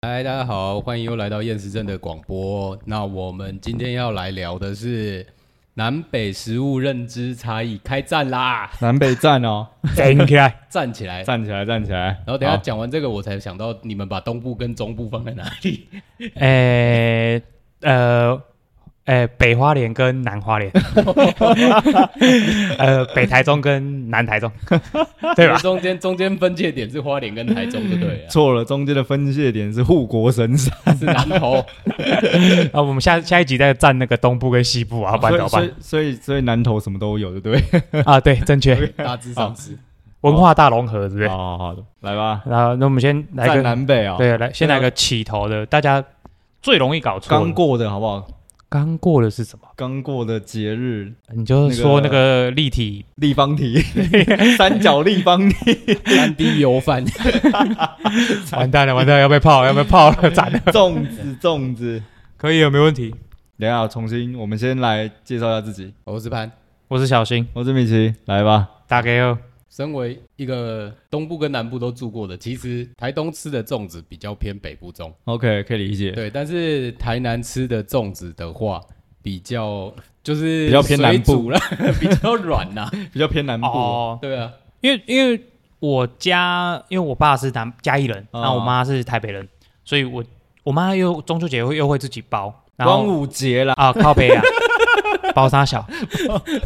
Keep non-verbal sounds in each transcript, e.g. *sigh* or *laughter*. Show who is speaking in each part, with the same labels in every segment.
Speaker 1: 大家好，欢迎又来到厌食症的广播。那我们今天要来聊的是南北食物认知差异，开战啦！
Speaker 2: 南北站哦，
Speaker 3: 站起来，
Speaker 1: 站起来。
Speaker 2: *laughs* 站起来，站起来。
Speaker 1: 然后等一下
Speaker 2: 好
Speaker 1: 讲完这个，我才想到你们把东部跟中部放在哪里？
Speaker 3: 诶、呃，诶、北花莲跟南花 *laughs* 莲，呃，北台中跟南 *laughs* 台中，对吧？
Speaker 1: 中间中间分界点是花莲跟台中，就对了，
Speaker 2: 错了，中间的分界点是护国神山，
Speaker 1: 是南投。
Speaker 3: 啊，我们下下一集再占那个东部跟西部啊，不然怎么
Speaker 2: 所
Speaker 3: 办
Speaker 2: 以所以所以南投什么都有，对不对？
Speaker 3: 啊？对，正确，
Speaker 1: 大致上是。
Speaker 3: 文化大融合，对不对？
Speaker 2: 好好好的，来吧，
Speaker 3: 然后，那我们先来
Speaker 2: 站
Speaker 3: 个，
Speaker 2: 南北啊，
Speaker 3: 对，来先来个起头的，大家最容易搞错的。
Speaker 2: 刚过的好不好？
Speaker 3: 刚过的是什么？
Speaker 2: 刚过的节日，
Speaker 3: 你就说那个立体，
Speaker 2: 立方
Speaker 3: *laughs*
Speaker 2: 体，三角立方体，
Speaker 1: 三 D 油饭，
Speaker 3: 完蛋了，完蛋了，要被泡了，要被泡 *laughs* 了，惨了。
Speaker 2: 粽子，粽子。
Speaker 3: 可以，有啊没问题？
Speaker 2: 等一下，重新，我们先来介绍一下自己。
Speaker 1: 我是潘。
Speaker 3: 我是小新，
Speaker 2: 我是米奇，来吧。
Speaker 3: 打给哦。
Speaker 1: 身为一个东部跟南部都住过的，其实台东吃的粽子比较偏北部粽，
Speaker 2: OK，可以理解。
Speaker 1: 对，但是台南吃的粽子的话，比较就是
Speaker 2: 比较偏南部
Speaker 1: 水煮啦， *laughs* 比较软呐、
Speaker 2: 比较偏南部。
Speaker 3: 哦，
Speaker 1: 对啊，
Speaker 3: 因为因为我家因为我爸是南嘉义人，
Speaker 2: 哦
Speaker 3: 然后我妈是台北人，所以我我妈又中秋节会又会自己包，然
Speaker 2: 端
Speaker 3: 后
Speaker 2: 午节啦，
Speaker 3: 啊靠北啊，包啥小，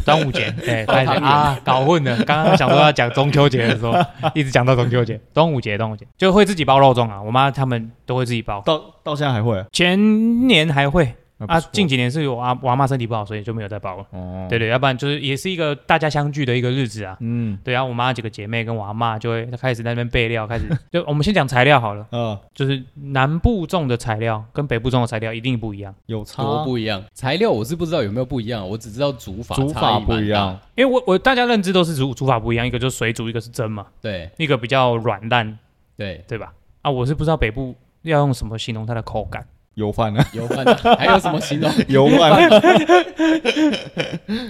Speaker 3: 端午节对
Speaker 1: 包汤圆
Speaker 3: 啊搞混了，刚刚想说要讲中秋节的时候，一直讲到中秋节，端午节端午节就会自己包肉粽啊，我妈他们都会自己包，
Speaker 2: 到到现在还会啊
Speaker 3: 前年还会啊，
Speaker 2: 不错
Speaker 3: 近几年是我阿我阿妈身体不好，所以就没有再包了，
Speaker 2: 哦，
Speaker 3: 对对，要不然就是也是一个大家相聚的一个日子啊，
Speaker 2: 嗯
Speaker 3: 对，然后我妈几个姐妹跟我阿妈就会开始在那边备料，开始就我们先讲材料好了，
Speaker 2: 呃，
Speaker 3: 就是南部种的材料跟北部种的材料一定不一样，
Speaker 2: 有差
Speaker 1: 多不一样。材料我是不知道有没有不一样，我只知道煮法
Speaker 2: 煮
Speaker 1: 差
Speaker 2: 法
Speaker 1: 异
Speaker 2: 不
Speaker 1: 蛮
Speaker 2: 一
Speaker 1: 大
Speaker 2: 样。，
Speaker 3: 因为我我大家认知都是煮煮法不一样，一个就是水煮，一个是蒸嘛，
Speaker 1: 对
Speaker 3: 一个比较软烂，
Speaker 1: 对，
Speaker 3: 对吧？啊，我是不知道北部要用什么形容它的口感，
Speaker 2: 油饭
Speaker 1: *laughs*
Speaker 2: 啊，
Speaker 1: 油饭、啊、还有什么形容？
Speaker 2: 油饭，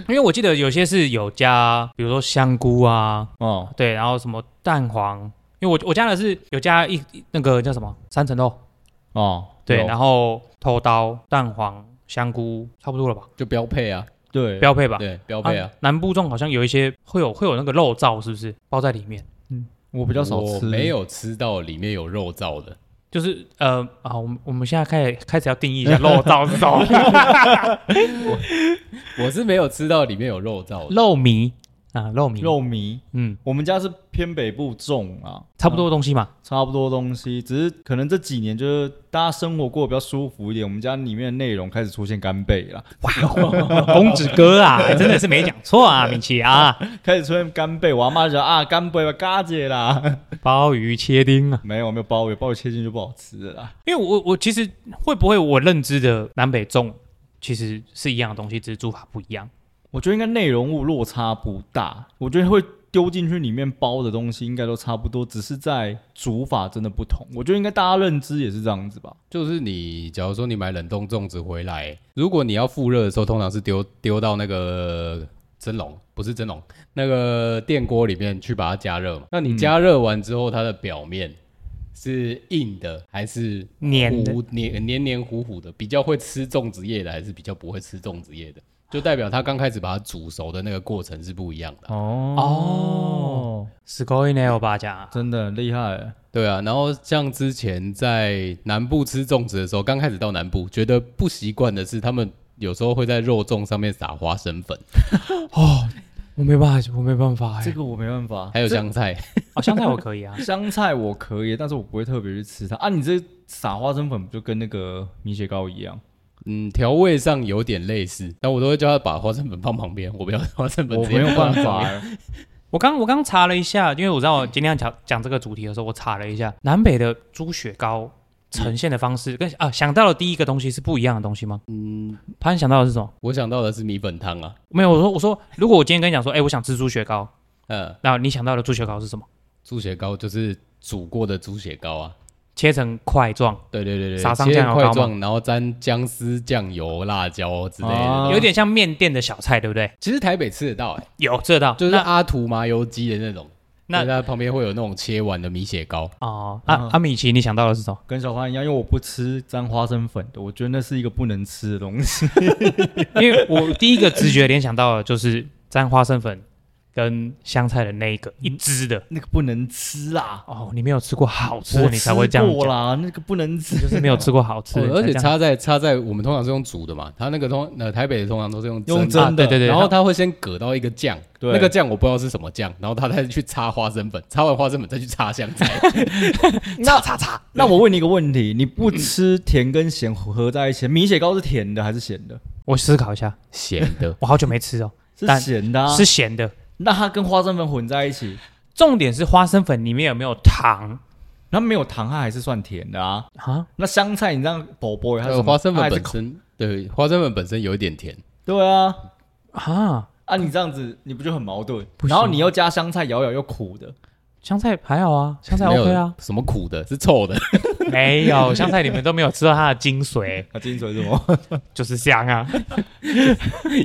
Speaker 3: 因为我记得有些是有加，比如说香菇啊，
Speaker 2: *laughs* 哦，
Speaker 3: 对，然后什么蛋黄，因为我我加的是有加一那个叫什么三层肉，
Speaker 1: *laughs*
Speaker 2: 哦，
Speaker 3: 对，
Speaker 2: 有
Speaker 3: 然后头刀、蛋黄、香菇，差不多了吧，
Speaker 1: 就标配啊，
Speaker 2: 对，
Speaker 3: 标配吧。
Speaker 1: 对标配啊。
Speaker 3: 南部粽好像有一些会有会有那个肉燥，是不是包在里面？
Speaker 2: 我比较少
Speaker 1: 我
Speaker 2: 吃，
Speaker 1: 没有吃到里面有肉燥的，
Speaker 3: 就是呃啊，我们我们现在开始开始要定 *laughs* 义一下肉燥是什么，
Speaker 1: 我是没有吃到里面有肉燥的。
Speaker 3: *laughs* 肉糜啊，肉糜，
Speaker 2: 肉糜，
Speaker 3: 嗯，
Speaker 2: 我们家是偏北部种啊，
Speaker 3: 差不多的东西嘛。
Speaker 2: 差不多东西，只是可能这几年就是大家生活过得比较舒服一点，我们家里面的内容开始出现干贝啦，
Speaker 3: 哇， *laughs* 公子哥啊， *laughs* 真的是没讲错啊，米奇啊，
Speaker 2: 开始出现干贝，我阿妈就讲啊干贝吧，嘎姐啦， *laughs*
Speaker 3: 鲍鱼切丁啊。
Speaker 2: 没有没有包尾，包尾切进去就不好吃了啦，
Speaker 3: 因为我我其实会不会我认知的南北粽其实是一样的东西，只是做法不一样。
Speaker 2: 我觉得应该内容物落差不大，我觉得会丢进去里面包的东西应该都差不多，只是在煮法真的不同，我觉得应该大家认知也是这样子吧，
Speaker 1: 就是你，假如说你买冷冻粽子回来，如果你要复热的时候，通常是丢丢到那个蒸笼，不是蒸笼，那个电锅里面去把它加热嘛。那你加热完之后，它的表面是硬的还是
Speaker 3: 黏的
Speaker 1: 糊黏黏黏糊糊的？比较会吃粽子叶的，还是比较不会吃粽子叶的？就代表它刚开始把它煮熟的那个过程是不一样的啊、
Speaker 2: 哦
Speaker 3: 哦すごいねおばあちゃん。
Speaker 2: 真的很厉害，
Speaker 1: 对啊，然后像之前在南部吃粽子的时候，刚开始到南部，觉得不习惯的是，他们有时候会在肉粽上面撒花生粉，
Speaker 2: 哦
Speaker 3: 我没办法，我没办法哎、
Speaker 2: 这个我没办法。
Speaker 1: 还有香菜。
Speaker 3: 哦，香菜我可以啊。
Speaker 2: 香菜我可以，但是我不会特别去吃它啊。你这撒花生粉不就跟那个米雪糕一样？
Speaker 1: 嗯，调味上有点类似，但我都会叫他把花生粉放旁边，我不要花生粉
Speaker 2: 我
Speaker 1: 直
Speaker 2: 没
Speaker 1: 接
Speaker 2: 有
Speaker 1: 放
Speaker 2: 办
Speaker 1: 上
Speaker 2: 法
Speaker 1: 面。
Speaker 2: 欸，
Speaker 3: 我刚我刚查了一下，因为我知道我今天要讲讲这个主题的时候，我查了一下南北的猪血糕呈现的方式跟啊想到的第一个东西是不一样的东西吗？嗯，潘想到的是什么？
Speaker 1: 我想到的是米粉汤啊，
Speaker 3: 没有，我说我说，如果我今天跟你讲说，哎、我想吃猪血糕，
Speaker 1: 嗯，
Speaker 3: 那你想到的猪血糕是什么？
Speaker 1: 猪血糕就是煮过的猪血糕啊，
Speaker 3: 切成块状，
Speaker 1: 对对对对，
Speaker 3: 撒上
Speaker 1: 切
Speaker 3: 酱油
Speaker 1: 块
Speaker 3: 膏吗
Speaker 1: 状，然后沾姜丝、酱油、辣椒之类的。
Speaker 2: 啊
Speaker 3: 有点像面店的小菜，对不对？
Speaker 1: 其实台北吃得到、欸，
Speaker 3: 有这道，
Speaker 1: 就是
Speaker 3: 那
Speaker 1: 阿图麻油鸡的那种。
Speaker 3: 那
Speaker 1: 所以它旁边会有那种切完的米血糕，
Speaker 3: 哦，啊
Speaker 2: 嗯
Speaker 3: 啊，米奇，你想到的是什么？
Speaker 2: 跟小潘一样，因为我不吃沾花生粉的，我觉得 *laughs* 那是一个不能吃的东西。
Speaker 3: 因为我第一个直觉联想到的就是沾花生粉跟香菜的那一个一支的。
Speaker 2: 那个不能吃啦，
Speaker 3: 嗯哦，你没有吃过好吃
Speaker 2: 我
Speaker 3: 的，你才会这样
Speaker 2: 吃过
Speaker 3: 讲，
Speaker 2: 啦，那个不能吃。
Speaker 3: 就是没有吃过好吃
Speaker 1: 哦
Speaker 3: 的，
Speaker 1: 而且
Speaker 3: 你才这样
Speaker 1: 插在插在我们通常是用煮的嘛，它那个通呃台北的通常都是用
Speaker 2: 用
Speaker 1: 蒸
Speaker 2: 蒸
Speaker 1: 的。
Speaker 2: 的，
Speaker 3: 啊对对对
Speaker 1: 然后它会先搁到一个酱，
Speaker 2: 对
Speaker 1: 那个酱我不知道是什么酱，然后它再去擦花生粉，擦完花生粉再去擦香菜，
Speaker 2: 那叉叉。那我问你一个问题：你不吃甜跟咸合在一起，米血糕是甜的还是咸的？
Speaker 3: *laughs* 我思考一下，
Speaker 1: 咸的。
Speaker 3: 我好久没吃哦，
Speaker 2: 是
Speaker 3: 但
Speaker 2: 咸的、啊。
Speaker 3: 是咸的。
Speaker 2: 那它跟花生粉混在一起，
Speaker 3: 重点是花生粉里面有没有糖
Speaker 2: 它没有糖，它还是算甜的啊。
Speaker 3: 啊？
Speaker 2: 那香菜你这样薄薄，它是
Speaker 1: *laughs* 呃，
Speaker 2: 什么
Speaker 1: 花生
Speaker 2: 它
Speaker 1: 粉
Speaker 2: 还是
Speaker 1: 本身对花生粉本身有一点甜，
Speaker 2: 对啊
Speaker 3: 啊，
Speaker 2: 啊！你这样子你不就很矛盾？
Speaker 3: 不行
Speaker 2: 然后你又加香菜，咬咬又苦的，
Speaker 3: 香菜还好啊，香菜
Speaker 1: 没有
Speaker 3: OK 啊，
Speaker 1: 什么苦的，是臭的。
Speaker 3: *laughs*
Speaker 1: *laughs*
Speaker 3: 没有香菜你们都没有吃到它的精髓，
Speaker 2: 它精髓是什么？ *laughs*
Speaker 3: 就是香啊。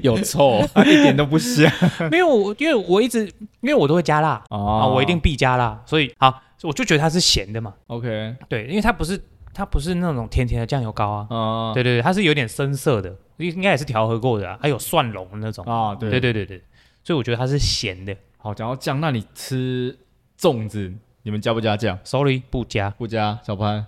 Speaker 1: 有臭，
Speaker 2: 它一点都不香
Speaker 3: *laughs* 没有，我因为我一直因为我都会加辣啊，
Speaker 2: 啊
Speaker 3: 我一定必加辣，所以好，我就觉得它是咸的嘛。
Speaker 2: OK
Speaker 3: 对，因为它不是它不是那种甜甜的酱油膏啊，
Speaker 2: 啊
Speaker 3: 对对对，它是有点深色的，应应该也是调和过的啊，还有蒜蓉的那种。
Speaker 2: 啊对
Speaker 3: 对对对对，所以我觉得它是咸的。
Speaker 2: 好，讲到酱，那你吃粽子，你们加不加酱？
Speaker 3: Sorry，不加。
Speaker 2: 不加，小潘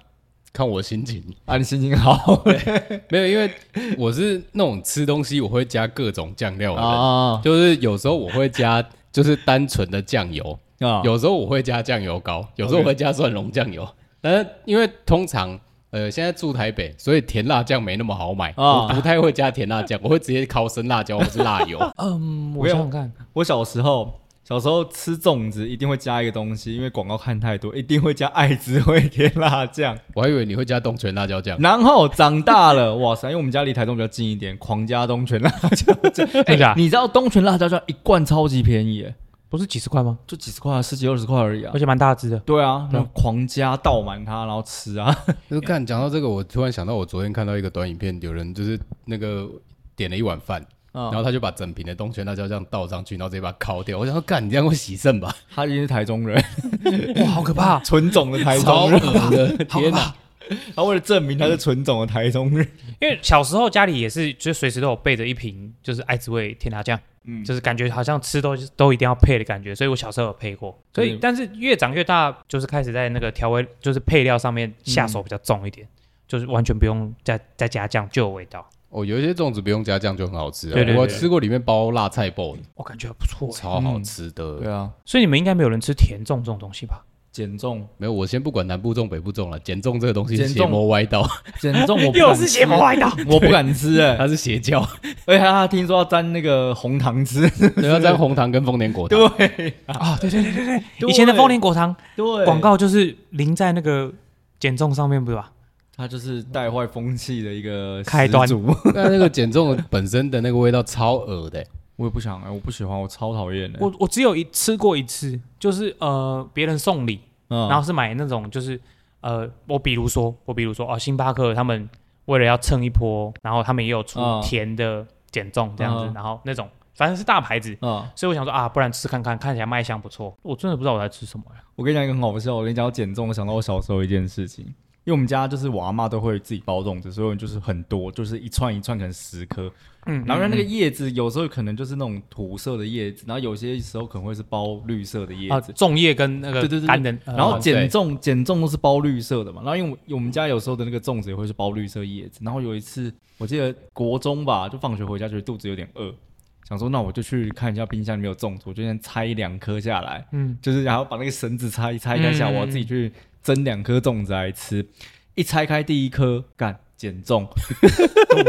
Speaker 1: 看我心情。
Speaker 2: 啊，你心情好 *laughs*
Speaker 1: 没有，因为我是那种吃东西我会加各种酱料的人，
Speaker 2: 啊
Speaker 1: 就是有时候我会
Speaker 2: *laughs*
Speaker 1: 加就是单纯的酱油，
Speaker 2: 啊
Speaker 1: 有时候我会加酱油膏，有时候我会加蒜蓉酱油。但是因为通常呃现在住台北，所以甜辣酱没那么好买，
Speaker 2: 啊
Speaker 1: 我不太会加甜辣酱，我会直接烤生辣椒或是辣
Speaker 2: *laughs*
Speaker 1: 油。
Speaker 3: 嗯，
Speaker 2: 我
Speaker 3: 我
Speaker 2: 有
Speaker 3: 想想看， *laughs*
Speaker 2: 我小时候，小时候吃粽子一定会加一个东西，因为广告看太多，一定会加爱滋味甜辣酱。 *laughs*
Speaker 1: 我还以为你会加东泉辣椒酱，
Speaker 2: 然后长大了，哇塞，因为我们家离台东比较近一点，狂加东泉 *laughs* 辣椒酱。
Speaker 3: 真的啊
Speaker 2: *laughs* 你知道东泉辣椒酱一罐超级便宜耶，
Speaker 3: 不是几十块吗？
Speaker 2: 就几十块啊，十几二十块而已啊
Speaker 3: 而。且蛮大只的。
Speaker 2: 对啊，
Speaker 3: 对
Speaker 2: 那
Speaker 3: 啊
Speaker 2: 狂加倒满它，然后吃啊。
Speaker 1: 就是看讲到这个，我突然想到我昨天看到一个短影片，有人就是那个点了一碗饭，然
Speaker 2: 嗯，
Speaker 1: 后他就把整瓶的东泉辣椒酱倒上去，然后直接把它烤掉。我想说，干你这样会洗肾吧？
Speaker 2: *laughs* 他已经是台中人，
Speaker 3: *laughs* 哇，好可怕！
Speaker 2: *laughs* 纯种的台
Speaker 1: 超
Speaker 2: 中人。
Speaker 1: 恶
Speaker 2: *laughs*
Speaker 1: 的，天哪！
Speaker 2: 他为了证明他是纯种的台中人，
Speaker 3: 因为小时候家里也是，就随时都有备着一瓶，就是爱滋味甜辣酱，
Speaker 2: 嗯，
Speaker 3: 就是感觉好像吃都都一定要配的感觉，所以我小时候有配过。所以
Speaker 2: 对，
Speaker 3: 但是越长越大，就是开始在那个调味，就是配料上面下手比较重一点，就是完全不用再再加酱就有味道。
Speaker 1: 哦，有一些粽子不用加酱就很好吃、啊。
Speaker 3: 对对对
Speaker 1: 我吃过里面包辣菜包的，
Speaker 3: 我感觉还不错欸。
Speaker 1: 超好吃的。
Speaker 2: 对啊，
Speaker 3: 所以你们应该没有人吃甜粽这种东西吧？
Speaker 2: 减重，
Speaker 1: 没有，我先不管南部粽北部粽了，减粽这个东西是
Speaker 2: 减
Speaker 1: 邪
Speaker 2: 粽
Speaker 1: 魔歪道，
Speaker 2: 减重我不敢
Speaker 3: 又是啊邪魔歪道。
Speaker 2: 吃， *laughs* 我不敢吃
Speaker 1: *laughs*
Speaker 2: 哎、
Speaker 1: 它是邪
Speaker 2: *laughs*
Speaker 1: 教，
Speaker 2: 而且他听说要沾那个红糖 *laughs* 汁，
Speaker 1: 对，要沾红糖跟丰年果糖。
Speaker 2: 对
Speaker 3: 啊，对对对对
Speaker 2: 对
Speaker 3: *laughs* 对，以前的丰年果糖
Speaker 2: 对，
Speaker 3: 广告就是淋在那个减重上面，不是吧？
Speaker 2: 它就是带坏风气的一个
Speaker 3: 开端
Speaker 2: 始祖
Speaker 1: *laughs* 但那个减粽本身的那个味道超恶的、欸
Speaker 2: 我也不想哎、我不喜欢，我超讨厌的。
Speaker 3: 我我只有一吃过一次，就是呃别人送礼，
Speaker 2: 嗯
Speaker 3: 然后是买那种就是呃我比如说我比如说哦星巴克他们为了要蹭一波，然后他们也有出
Speaker 2: 嗯
Speaker 3: 甜的减重这样子
Speaker 2: 嗯，
Speaker 3: 然后那种反正是大牌子。
Speaker 2: 嗯，
Speaker 3: 所以我想说啊，不然吃看看，看起来卖相不错。我真的不知道我在吃什么呀。
Speaker 2: 我跟你讲一个很好笑，我跟你讲到减重，我想到我小时候一件事情，因为我们家就是我阿妈都会自己包粽子，所以我们就是很多，就是一串一串可能十颗，
Speaker 3: 嗯
Speaker 2: 然后那个叶子有时候可能就是那种土色的叶子，然后有些时候可能会是包绿色的叶
Speaker 3: 啊，
Speaker 2: 子。
Speaker 3: 粽叶跟那个
Speaker 2: 对对对对
Speaker 3: 干的，呃
Speaker 2: 然后
Speaker 1: 哦
Speaker 2: 减
Speaker 1: 对
Speaker 2: 重减重都是包绿色的嘛，然后因为我我们家有时候的那个粽子也会是包绿色叶子，然后有一次我记得国中吧，就放学回家觉得肚子有点饿，想说那我就去看一下冰箱里面有粽子，我就先拆两颗下来，
Speaker 3: 嗯，
Speaker 2: 就是然后把那个绳子拆一拆开下，
Speaker 3: 嗯
Speaker 2: 我自己去蒸两颗粽子来吃，一拆开第一颗干减重，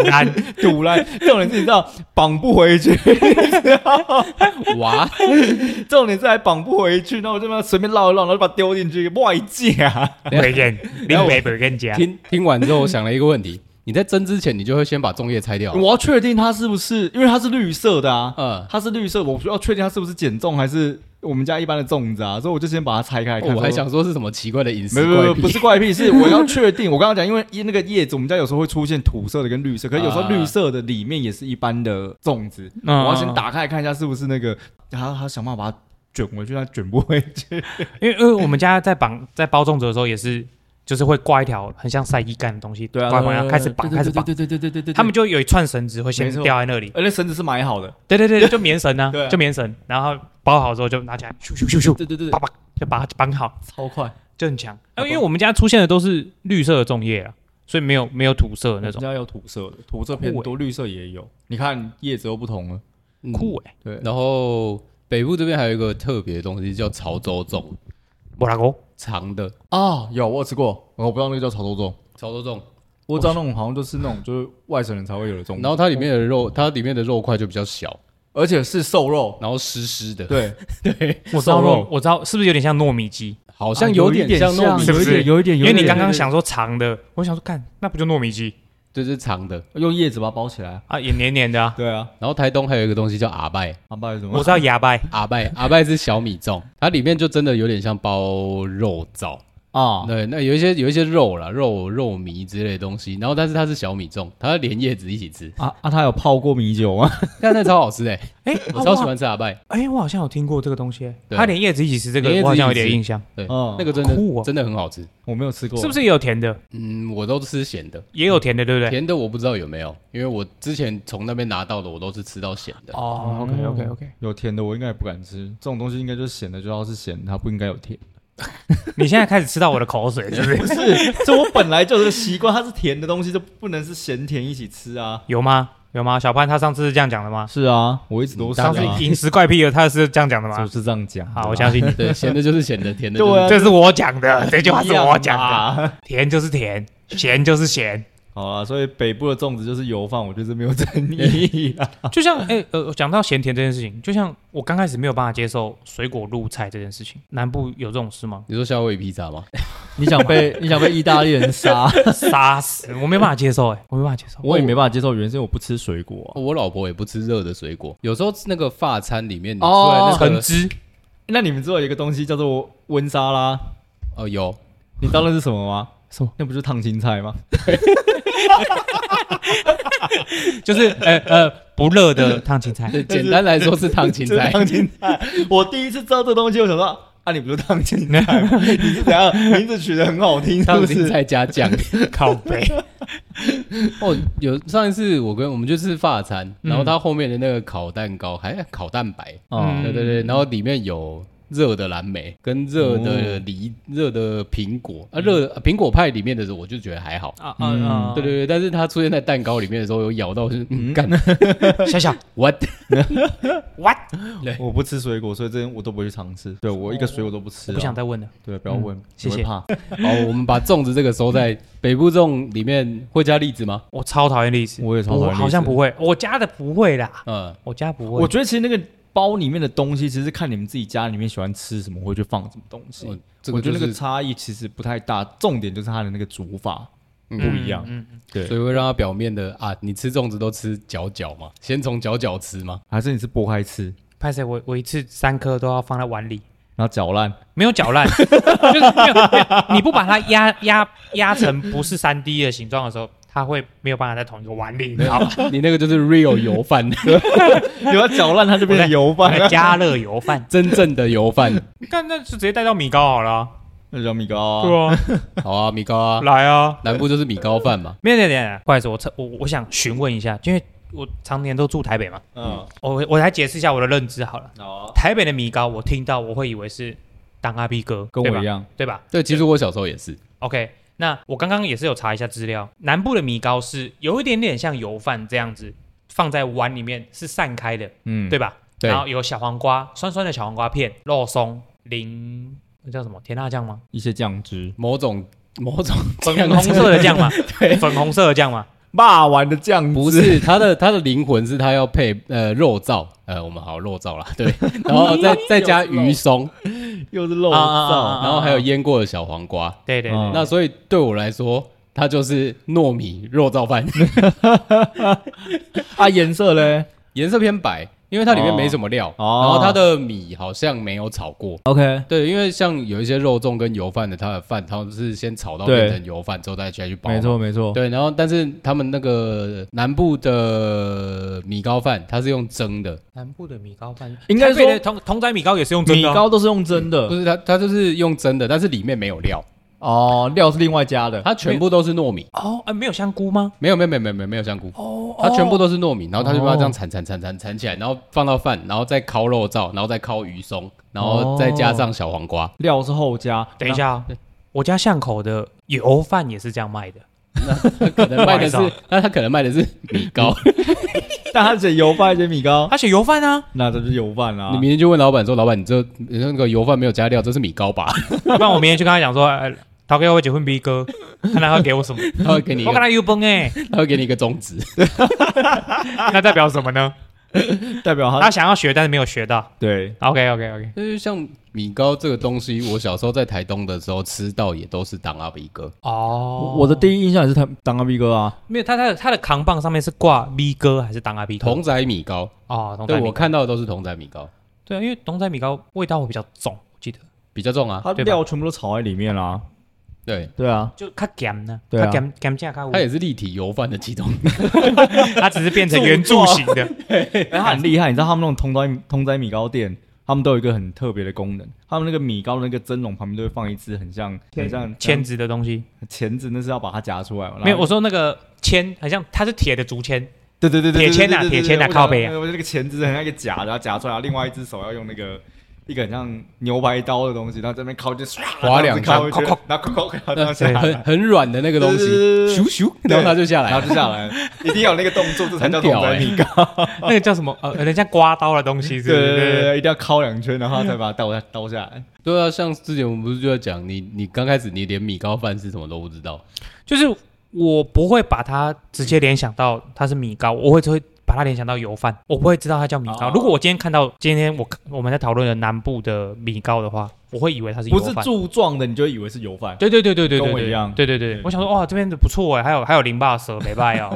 Speaker 3: 干
Speaker 2: 堵来，重点是你知道绑不回去， *laughs*
Speaker 1: 哇，
Speaker 2: 重点是还绑不回去，然后我就这么随便绕一绕，然后就把它丢进去，外界啊。
Speaker 3: 北
Speaker 2: *laughs*
Speaker 3: 根，
Speaker 1: 然
Speaker 3: 林
Speaker 1: 后
Speaker 3: 北北根家，
Speaker 1: 听听完之后，我想了一个问题：你在蒸之前，你就会先把粽叶拆掉？啊
Speaker 2: 我要确定它是不是，因为它是绿色的啊，
Speaker 1: 嗯
Speaker 2: 它是绿色，我需要确定它是不是减重还是我们家一般的粽子啊，所以我就先把它拆开来看。
Speaker 1: 哦我还
Speaker 2: 说
Speaker 1: 想说是什么奇怪的饮
Speaker 2: 没
Speaker 1: 食
Speaker 2: 有没有没
Speaker 1: 怪
Speaker 2: 有，不
Speaker 1: 癖，
Speaker 2: 是怪癖，是我要确定。我刚刚讲，因为一那个叶子，我们家有时候会出现土色的跟绿色，可是有时候
Speaker 1: 啊
Speaker 2: 绿色的里面也是一般的粽子，
Speaker 3: 嗯
Speaker 2: 啊我要先打开来看一下是不是那个，然后他想办法把它卷回去，它卷不回去。
Speaker 3: 因为因为我们家在绑在包粽子的时候也是，就是会挂一条很像晒衣杆的东西，
Speaker 2: 对啊，
Speaker 3: 挂一挂然后开始绑，开始绑，
Speaker 2: 对对对对对对，
Speaker 3: 他们就有一串绳子会先
Speaker 2: 没错
Speaker 3: 吊在那里，
Speaker 2: 而且呃绳子是买好的，
Speaker 3: 对对对，就棉绳
Speaker 2: *laughs* 对啊
Speaker 3: 啊，就棉绳，然后包好之后就拿起来，咻咻咻咻，
Speaker 2: 对对对
Speaker 3: 叭，叭就把它绑好，
Speaker 2: 超快。
Speaker 3: 就很强。
Speaker 2: 好
Speaker 3: 啊因为我们家出现的都是绿色的粽叶啊，所以没有没有土色的那
Speaker 2: 人
Speaker 3: 种
Speaker 2: 家有土色的，土色偏多，绿色也有。你看叶子又不同了，
Speaker 1: 嗯
Speaker 3: 酷哎，
Speaker 2: 对，
Speaker 1: 然后北部这边还有一个特别的东西叫潮州粽，
Speaker 3: 莫拉狗
Speaker 1: 长的
Speaker 2: 啊，有我有吃过，我不知道那个叫潮州粽，
Speaker 1: 潮州粽，
Speaker 2: 我知道那种好像就是那种就是外省人才会有的粽，
Speaker 1: 然后它里面的肉，它里面的肉块就比较小，
Speaker 2: 而且是瘦肉，
Speaker 1: 然后湿湿的，
Speaker 2: 对，
Speaker 3: 我知道
Speaker 2: 瘦肉
Speaker 3: 肉，我知道是不是有点像糯米鸡？
Speaker 1: 好
Speaker 3: 啊
Speaker 1: 像有点像糯米，
Speaker 3: 是不
Speaker 2: 啊有一
Speaker 3: 是
Speaker 2: 点有一点，
Speaker 3: 因
Speaker 2: 有一
Speaker 3: 为
Speaker 2: 点
Speaker 3: 你刚刚想说长的，我想说干，那不就糯米鸡
Speaker 1: 对，是长的。
Speaker 2: 用叶子把它包起来，
Speaker 3: 啊，也黏黏
Speaker 2: *laughs*
Speaker 3: 的啊。
Speaker 2: 对啊，
Speaker 1: 然后台东还有一个东西叫阿拜，
Speaker 2: 阿啊爸是什
Speaker 3: 我
Speaker 2: 么？
Speaker 3: 知道
Speaker 2: *laughs*
Speaker 3: 牙掰，
Speaker 1: 阿
Speaker 3: *laughs*
Speaker 1: 拜阿拜是小米粽，它里面就真的有点像包肉燥，
Speaker 3: 哦
Speaker 2: 啊，
Speaker 1: 对，那有一些有一些肉啦，肉肉糜之类的东西，然后但是它是小米粽，它连叶子一起吃，
Speaker 2: 啊啊，他有泡过米酒吗？
Speaker 1: 但那超好
Speaker 3: *laughs*
Speaker 1: 吃哎、
Speaker 3: 哎，
Speaker 1: 我
Speaker 3: 啊
Speaker 1: 超喜。
Speaker 3: 好
Speaker 1: 欢吃阿拜，
Speaker 3: 哎，我好像有听过这个东西欸，
Speaker 1: 对
Speaker 3: 它连叶子一起吃，这个
Speaker 1: 连叶子
Speaker 3: 我好像有
Speaker 1: 一起吃
Speaker 3: 点印象，
Speaker 1: 对，
Speaker 2: 嗯
Speaker 1: 那个真的、
Speaker 3: 酷哦
Speaker 1: 真的很好吃，
Speaker 2: *laughs* 我没有吃过，
Speaker 3: 是不是也有甜的？
Speaker 1: 嗯，我都吃咸的，
Speaker 3: 也有甜的，对不对？
Speaker 1: 甜的我不知道有没有，因为我之前从那边拿到的我都是吃到咸的，嗯
Speaker 3: 哦，OK OK OK，
Speaker 2: 有甜的？我应该也不敢吃，这种东西应该就是咸的，就要是咸，它不应该有甜。
Speaker 3: 你现在开始吃到我的口水，是不是？
Speaker 2: *laughs*
Speaker 3: *laughs*
Speaker 2: 不是，这我本来就是个习惯，它是甜的东西就不能是咸甜一起吃啊。
Speaker 3: 有吗？有吗？小潘他上次是这样讲的吗？
Speaker 2: 是啊，我一直都是
Speaker 3: 上
Speaker 2: 啊
Speaker 3: 次饮食怪癖的他是这样讲的
Speaker 2: 就
Speaker 3: 吗？
Speaker 2: 是这样讲。
Speaker 3: 啊好，我相信你，
Speaker 1: 对，咸的就是咸的，甜的就是？
Speaker 2: 对啊
Speaker 3: *laughs* 这是我讲的，这句话是我讲的，
Speaker 2: 的。
Speaker 3: 甜就是甜，咸就是咸。
Speaker 2: 好啊，所以北部的粽子就是油饭，我觉得这没有争议啊。
Speaker 3: 就像哎、呃，讲到咸甜这件事情，就像我刚开始没有办法接受水果入菜这件事情，南部有这种事吗 *laughs*
Speaker 1: 你说夏威夷披萨吗？
Speaker 2: *laughs* 你想被你想被意大利人 *laughs* 杀，
Speaker 3: 杀死我没办法接受、哎，我没办法接受。
Speaker 2: 我也没办法接受，原因我不吃水果、
Speaker 1: 哦我老婆也不吃热的水果，有时候那个法餐里面你出
Speaker 2: 哦
Speaker 1: 来那
Speaker 3: 橙
Speaker 1: 个
Speaker 3: 汁
Speaker 2: 那你们知道有一个东西叫做温沙拉，
Speaker 1: 哦
Speaker 2: *laughs*
Speaker 1: 有，
Speaker 2: 你知道那是什么吗？
Speaker 3: 什么？
Speaker 2: 那不就是烫青菜吗？
Speaker 3: 就是呃呃不热 *laughs* 的烫青菜，
Speaker 1: 对简单来说是烫青
Speaker 2: *laughs* 就是
Speaker 1: 菜，
Speaker 2: 烫青菜。我第一次知道这东西，我想说，啊，你不是烫青菜吗？ *laughs* 你是怎样名字取得很好听，
Speaker 1: *laughs*
Speaker 2: 是
Speaker 1: 烫
Speaker 2: 不
Speaker 1: 青
Speaker 2: 是？
Speaker 1: 菜加酱。
Speaker 3: 靠背。
Speaker 1: 哦，有上一次我跟我们去吃法餐，
Speaker 3: 嗯
Speaker 1: 然后它后面的那个烤蛋糕还烤蛋白，
Speaker 2: 嗯
Speaker 1: 对对对，然后里面有热的蓝莓跟热的
Speaker 2: 哦
Speaker 1: 梨、热的苹果啊，热的苹果派里面的我就觉得还好。
Speaker 3: 啊啊
Speaker 2: 嗯
Speaker 3: 啊！
Speaker 1: 对对对，但是它出现在蛋糕里面的时候，有咬到就是嗯，干 *laughs*
Speaker 3: 对，小小
Speaker 1: what？
Speaker 3: what？
Speaker 2: 我不吃水果，所以这些我都不会去尝试。对我一个水果都不嗯吃、
Speaker 3: 我
Speaker 2: 啊，
Speaker 3: 不想再问了。
Speaker 2: 对，不要问，你
Speaker 3: 谢
Speaker 2: 会
Speaker 3: 谢
Speaker 2: 怕。
Speaker 1: *laughs* 好，哦我们把粽子这个收在北部粽里面，会加栗子吗？
Speaker 3: 我超讨厌栗子，
Speaker 2: 我也超讨厌
Speaker 3: 我
Speaker 2: 栗子
Speaker 3: 好像不会，我家的不会啦，
Speaker 1: 嗯，
Speaker 3: 我家不会。
Speaker 2: 我觉得其实那个包里面的东西，其实看你们自己家里面喜欢吃什么，会去放什么东西。
Speaker 1: 哦我这
Speaker 2: 我
Speaker 1: 个
Speaker 2: 觉
Speaker 1: 就
Speaker 2: 得哦那个
Speaker 1: 是，
Speaker 2: 差异其实不太大，重点就是它的那个煮法。
Speaker 1: 嗯
Speaker 2: 不一样
Speaker 3: 嗯，嗯嗯
Speaker 1: 所以会让它表面的啊，你吃粽子都吃角角嘛， *laughs* 先从角角吃嘛。
Speaker 2: 还是你是剥开吃，
Speaker 3: 拍谁？我我一次三颗都要放在碗里，
Speaker 2: 然后搅烂， *laughs*
Speaker 3: 没有搅烂， *laughs* 就是没有没有你不把它压压压成不是三 D 的形状的时候，它会没有办法在同一个碗里，你知 *laughs* 道吗？
Speaker 1: *laughs* 你那个就是 real 油饭， *laughs*
Speaker 2: 你要搅烂它就变成油饭 *laughs* 了。
Speaker 3: 加热油饭，
Speaker 1: 真正的油饭。
Speaker 3: 那那就直接带到米糕好了啊。
Speaker 2: 那叫米糕啊，
Speaker 3: 对
Speaker 1: 好啊，米糕
Speaker 3: 啊，
Speaker 1: 啊，
Speaker 3: *laughs* 来啊！
Speaker 1: 南部就是米糕饭嘛。
Speaker 3: 没有没有没有没有，不好意思，我我我想询问一下，因为我常年都住台北嘛，
Speaker 2: 嗯，
Speaker 3: 我我来解释一下我的认知好了。
Speaker 2: 好啊，
Speaker 3: 台北的米糕，我听到我会以为是当阿 B 哥，
Speaker 2: 跟
Speaker 3: 对
Speaker 2: 我
Speaker 3: 吧
Speaker 2: 一，样，
Speaker 3: 对吧
Speaker 1: 对，其实我小时候也是，
Speaker 3: ？OK，那我刚刚也是有查一下资料，南部的米糕是有一点点像油饭这样子，放在碗里面是散开的，
Speaker 2: 嗯，
Speaker 3: 对吧？
Speaker 1: 对
Speaker 3: 然后有小黄瓜，酸酸的小黄瓜片，肉松，淋那叫什么甜辣酱
Speaker 2: *laughs*
Speaker 3: 吗？
Speaker 2: 一些酱汁，
Speaker 1: 某种某种
Speaker 3: 粉
Speaker 1: 酱
Speaker 3: 红
Speaker 1: 汁
Speaker 3: 色的酱
Speaker 2: *laughs*
Speaker 3: 嘛，粉红色的酱嘛，
Speaker 2: 霸王的
Speaker 1: *laughs*
Speaker 2: 酱
Speaker 1: 不是它的它的灵魂是它要配呃肉燥，呃我们好肉燥啦， *laughs* 对，然后再再加鱼松，
Speaker 2: 又是肉
Speaker 3: 啊啊啊啊
Speaker 2: 燥，
Speaker 1: 然后还有腌过的小黄瓜，
Speaker 3: 对对
Speaker 2: 嗯
Speaker 3: 对，
Speaker 1: 那所以对我来说，它就是糯米肉燥饭， *laughs*
Speaker 2: 啊，颜色嘞，
Speaker 1: 颜色偏白，因为它里面没什么料，
Speaker 2: 哦
Speaker 1: 然后它的米好像没有炒过。
Speaker 2: OK，
Speaker 1: 对，因为像有一些肉粽跟油饭的，它的饭它们是先炒到
Speaker 2: 对
Speaker 1: 变成油饭之后再下去包嘛。
Speaker 2: 没错没错，
Speaker 1: 对，然后但是他们那个南部的米糕饭，它是用蒸的，
Speaker 3: 南部的米糕饭，
Speaker 2: 应该
Speaker 3: 台北的
Speaker 2: 说
Speaker 3: 同同仔米糕也是用真
Speaker 2: 米
Speaker 3: 的啊、
Speaker 2: 糕都是用蒸
Speaker 1: 不
Speaker 2: 的
Speaker 1: 是它它就是用蒸的，但是里面没有料，
Speaker 2: 哦，料是另外加的。
Speaker 1: 它全部都是糯米，
Speaker 3: 哦，呃，没有香菇吗？
Speaker 1: 没有没有没有没有没有没有香菇，
Speaker 3: 哦，
Speaker 1: 它全部都是糯米，然后它就把它这
Speaker 2: 哦
Speaker 1: 样铲铲铲铲铲起来，然后放到饭，然后再烤肉燥，然后再烤鱼松，然后再加上小黄瓜，
Speaker 2: 料是后加，
Speaker 3: 等一下、啊，我家巷口的油饭也是这样卖的，
Speaker 1: 它可能卖的是
Speaker 3: 不好意思
Speaker 1: *laughs* 那它可能卖的是米糕，
Speaker 2: 那，但它写油饭写米糕，
Speaker 3: 他写油饭
Speaker 2: *laughs*
Speaker 3: 啊，
Speaker 2: 那这就是油饭啦、
Speaker 1: 你明天就问老板说，老板你这你那个油饭没有加料，这是米糕吧？ *laughs*
Speaker 3: 不然我明天去跟他讲说，呃，陶哥要会结婚 B 哥，看他会给我什么，
Speaker 1: 他会给你一
Speaker 3: 我跟
Speaker 1: 个
Speaker 3: 他油崩哎，
Speaker 1: 他会给你一个中指，
Speaker 3: 那代表什么呢？
Speaker 2: 代表它
Speaker 3: 他想要学，但是没有学到。
Speaker 2: 对
Speaker 3: OK OK OK，
Speaker 1: 就是像米糕这个东西，我小时候在台东的时候吃到也都是当阿鼻哥，
Speaker 3: 哦，
Speaker 2: 我的第一印象也是他当阿 B 哥啊，
Speaker 3: 没有他他的他的扛棒上面是挂 B 哥还是当阿 B 哥？
Speaker 1: 童仔米糕，
Speaker 3: 哦，同
Speaker 1: 对
Speaker 3: 仔
Speaker 1: 我
Speaker 3: 米
Speaker 1: 看到的都是童仔米糕，
Speaker 3: 对啊，因为同仔米糕味道会比较重，我记得
Speaker 1: 比较重啊。
Speaker 2: 它
Speaker 3: 对吧
Speaker 2: 料全部都炒在里面啦。
Speaker 1: 对，
Speaker 2: 对啊，
Speaker 3: 就它咸呢，
Speaker 2: 对啊
Speaker 3: 它咸咸酱它
Speaker 1: 它也是立体油饭的其中，
Speaker 3: 它只是变成圆柱形的，
Speaker 2: 它很厉害，你知道他们那种通仔通仔米糕店，他们都有一个很特别的功能，他们那个米糕的那个蒸笼旁边都会放一只很像很像
Speaker 3: 签子的东西。
Speaker 2: 钳子，那是要把它夹出来嘛。然后
Speaker 3: 没有，我说那个签，好像它是铁的竹签，
Speaker 2: 对对对对，
Speaker 3: 铁签啊
Speaker 2: 对对对对
Speaker 3: 铁签啊
Speaker 2: 对
Speaker 3: 靠背啊
Speaker 2: 我想那个钳子很像一个夹，然后夹出来，然后另外一只手要用那个。一个很像牛排刀的东西，然后这边敲就唰
Speaker 1: 划两下
Speaker 2: 然后就敲回去然后敲敲，然后这样下来，
Speaker 1: 很很软的那个东西，
Speaker 2: 对对对对
Speaker 1: 咻咻，然后它就下来
Speaker 2: 然
Speaker 1: 了
Speaker 2: 后。就下来了，一定要有那个动作，这才
Speaker 1: 很
Speaker 2: 叫童
Speaker 1: 屌
Speaker 2: 仔米糕。
Speaker 3: 那个叫什么？呃，有点像刮刀的东西，是
Speaker 2: 哦对
Speaker 3: 不
Speaker 2: 对对
Speaker 3: 是？
Speaker 2: 对，一定要敲两圈，然后才把它倒下倒下来。
Speaker 1: 对啊，像之前我们不是就在讲，你你刚开始你连米糕饭是什么都不知道，
Speaker 3: 就是我不会把它直接联想到它是米糕，我会会把它联想到油饭，我不会知道它叫米糕。
Speaker 2: 哦
Speaker 3: 如果我今天看到今天我我们在讨论的南部的米糕的话，我会以为它是油
Speaker 2: 不是
Speaker 3: 饭。
Speaker 2: 柱状的，你就以为是油饭。
Speaker 3: 对对对对对对
Speaker 2: 跟我
Speaker 3: 对
Speaker 2: 一样
Speaker 3: 对对对，
Speaker 2: 对
Speaker 3: 我想说哇，这边的不错哎，还有还有淋巴蛇，没拜
Speaker 2: *laughs*
Speaker 3: 哦，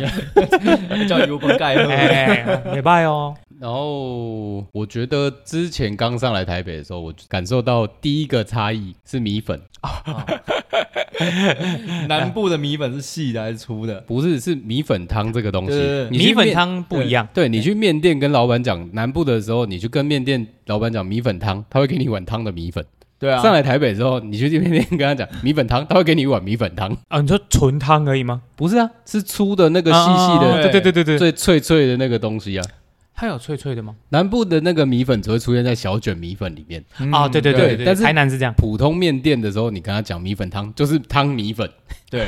Speaker 2: 叫油崩盖
Speaker 3: 哎哎，哎没拜哦，
Speaker 1: 然后我觉得之前刚上来台北的时候，我感受到第一个差异是米粉，
Speaker 2: 南部的米粉是细的还是粗的？
Speaker 1: 不是是米粉汤这个东西
Speaker 2: 对对对。
Speaker 1: 你去
Speaker 3: 米粉
Speaker 1: 面
Speaker 3: 汤不一样，
Speaker 1: 对你去面店跟老板讲南部的时候，你去跟面店老板讲米粉汤，他会给你一碗汤的米粉。
Speaker 2: 对啊，
Speaker 1: 上来台北之后，你去面店跟他讲米粉汤，他会给你一碗米粉
Speaker 2: *laughs*
Speaker 1: 汤。
Speaker 3: 啊，你说纯汤而已吗？
Speaker 1: 不是啊，是粗的那个细细
Speaker 3: 啊啊啊
Speaker 1: 的、
Speaker 3: 对对对对对，
Speaker 1: 最脆脆的那个东西啊。
Speaker 3: 它有脆脆的吗？
Speaker 1: 南部的那个米粉只会出现在小卷米粉里面，
Speaker 2: 嗯
Speaker 3: 啊，对对
Speaker 1: 对
Speaker 3: 对对，
Speaker 1: 但是
Speaker 3: 台南是这样，
Speaker 1: 普通面店的时候，你跟他讲米粉汤就是汤米粉。 *laughs*
Speaker 2: 对，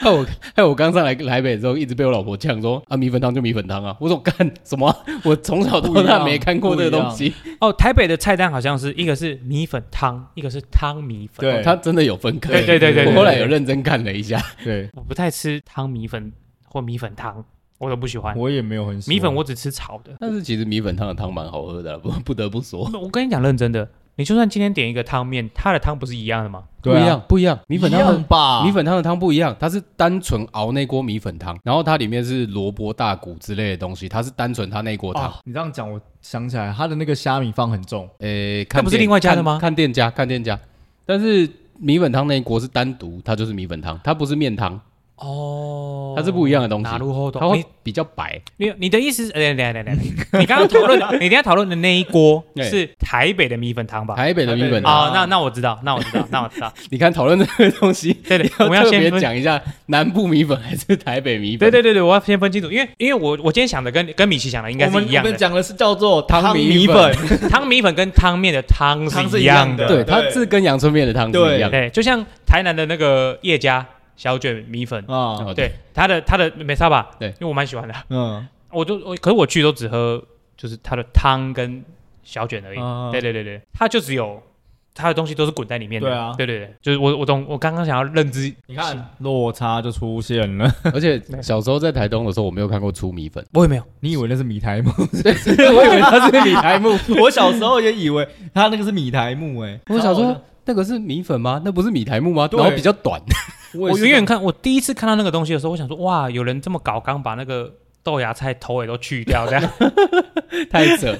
Speaker 1: 害我害我刚上来台北的时候，一直被我老婆呛说啊，米粉汤就米粉汤啊。我说干什么啊？我从小到
Speaker 2: 不一
Speaker 1: 大
Speaker 2: 样
Speaker 1: 没看过这个东西，
Speaker 3: 哦，台北的菜单好像是一个是米粉汤，一个是汤米粉。
Speaker 2: 对
Speaker 1: 哦它真的有分科。
Speaker 3: 对对对对对
Speaker 1: 我后来有认真看了一下，
Speaker 2: 对，
Speaker 3: 我不太吃汤米粉或米粉汤，我都不喜欢。
Speaker 2: 我也没有很喜欢
Speaker 3: 米粉我只吃炒的。
Speaker 1: 但是其实米粉汤的汤蛮好喝的，不不得不说，
Speaker 3: 我跟你讲认真的，你就算今天点一个汤面，它的汤不是一样的吗？
Speaker 1: 不一样不一样，米
Speaker 2: 米
Speaker 1: 粉
Speaker 2: 粉
Speaker 1: 汤的。
Speaker 3: 啊
Speaker 2: 吧，
Speaker 1: 米粉汤的汤不一样，它是单纯熬那锅米粉汤，然后它里面是萝卜大骨之类的东西，它是单纯它那锅
Speaker 3: 哦
Speaker 1: 汤。
Speaker 2: 啊，你这样讲，我想起来，它的那个虾米放很重，
Speaker 1: 诶、看
Speaker 3: 那不是
Speaker 1: 店
Speaker 3: 另外加的
Speaker 1: 看
Speaker 3: 吗
Speaker 1: 看店家，看店家。但是米粉汤那一锅是单独，它就是米粉汤，它不是面汤，
Speaker 3: 哦
Speaker 1: 它是不一样的东西
Speaker 3: 哪。路后
Speaker 1: 它
Speaker 3: 头？
Speaker 1: 会
Speaker 3: 你
Speaker 1: 比较白，
Speaker 3: 你你的意思是？哎等一下等一下等一下，你刚 *laughs* 刚讨论的，你刚刚讨论的那一锅
Speaker 1: 对
Speaker 3: 是台北的米粉汤吧？
Speaker 1: 台北的米粉
Speaker 2: 台北的
Speaker 1: 汤。
Speaker 3: 哦，那那我知道，那我知道，那我知道。
Speaker 1: 你看讨论这个东西，
Speaker 3: 对 *laughs* 对，我们要
Speaker 1: 特
Speaker 3: 先
Speaker 1: 别
Speaker 3: 分
Speaker 1: 讲一下南部米粉还是台北米粉。
Speaker 3: 对对对对，我要先分清楚，因为因为我我今天想的跟跟米奇想的应该
Speaker 2: 我
Speaker 3: 是
Speaker 2: 们
Speaker 3: 一样
Speaker 2: 我们
Speaker 3: 的。
Speaker 2: 讲的是叫做
Speaker 1: 汤米
Speaker 2: 米
Speaker 1: 粉，
Speaker 3: 汤米粉跟汤面的汤
Speaker 2: 汤
Speaker 3: 是
Speaker 2: 是
Speaker 3: 一
Speaker 2: 一
Speaker 3: 样
Speaker 2: 样
Speaker 3: 的
Speaker 1: 对，
Speaker 2: 的，
Speaker 1: 它
Speaker 2: 对
Speaker 1: 是跟阳春面的汤是
Speaker 2: 对
Speaker 1: 一样的。
Speaker 3: 对，就像台南的那个叶家小卷米粉，
Speaker 2: 啊，
Speaker 1: 哦，
Speaker 3: 对，它的它的没差吧？
Speaker 1: 对
Speaker 3: 因为我蛮喜欢的，
Speaker 2: 嗯，
Speaker 3: 我就我可是我去都只喝就是它的汤跟小卷而已。
Speaker 2: 啊
Speaker 3: 对对对对，它就只有它的东西都是滚在里面的。
Speaker 2: 对啊
Speaker 3: 对对对，就是我我懂，我刚刚想要认知，
Speaker 2: 你看落差就出现了，
Speaker 1: 而且小时候在台东的时候，我没有看过粗米
Speaker 3: *laughs*
Speaker 1: 粉，
Speaker 3: 我也没有，
Speaker 2: 你以为那是米苔木？
Speaker 1: 我以为它是米苔木。
Speaker 2: 我小时候也以为它那个是米苔木，哎，
Speaker 1: 我想
Speaker 2: 然
Speaker 1: 说
Speaker 2: 后，
Speaker 1: 那个是米粉吗？那不是米苔木吗？
Speaker 2: 对
Speaker 1: 然后比较短。 *laughs*
Speaker 2: 我
Speaker 3: 我
Speaker 2: 就
Speaker 3: 远远看，我第一次看到那个东西的时候，我想说哇，有人这么搞，刚把那个豆芽菜头尾都去掉，这样。
Speaker 1: 太
Speaker 2: *laughs*
Speaker 1: 扯。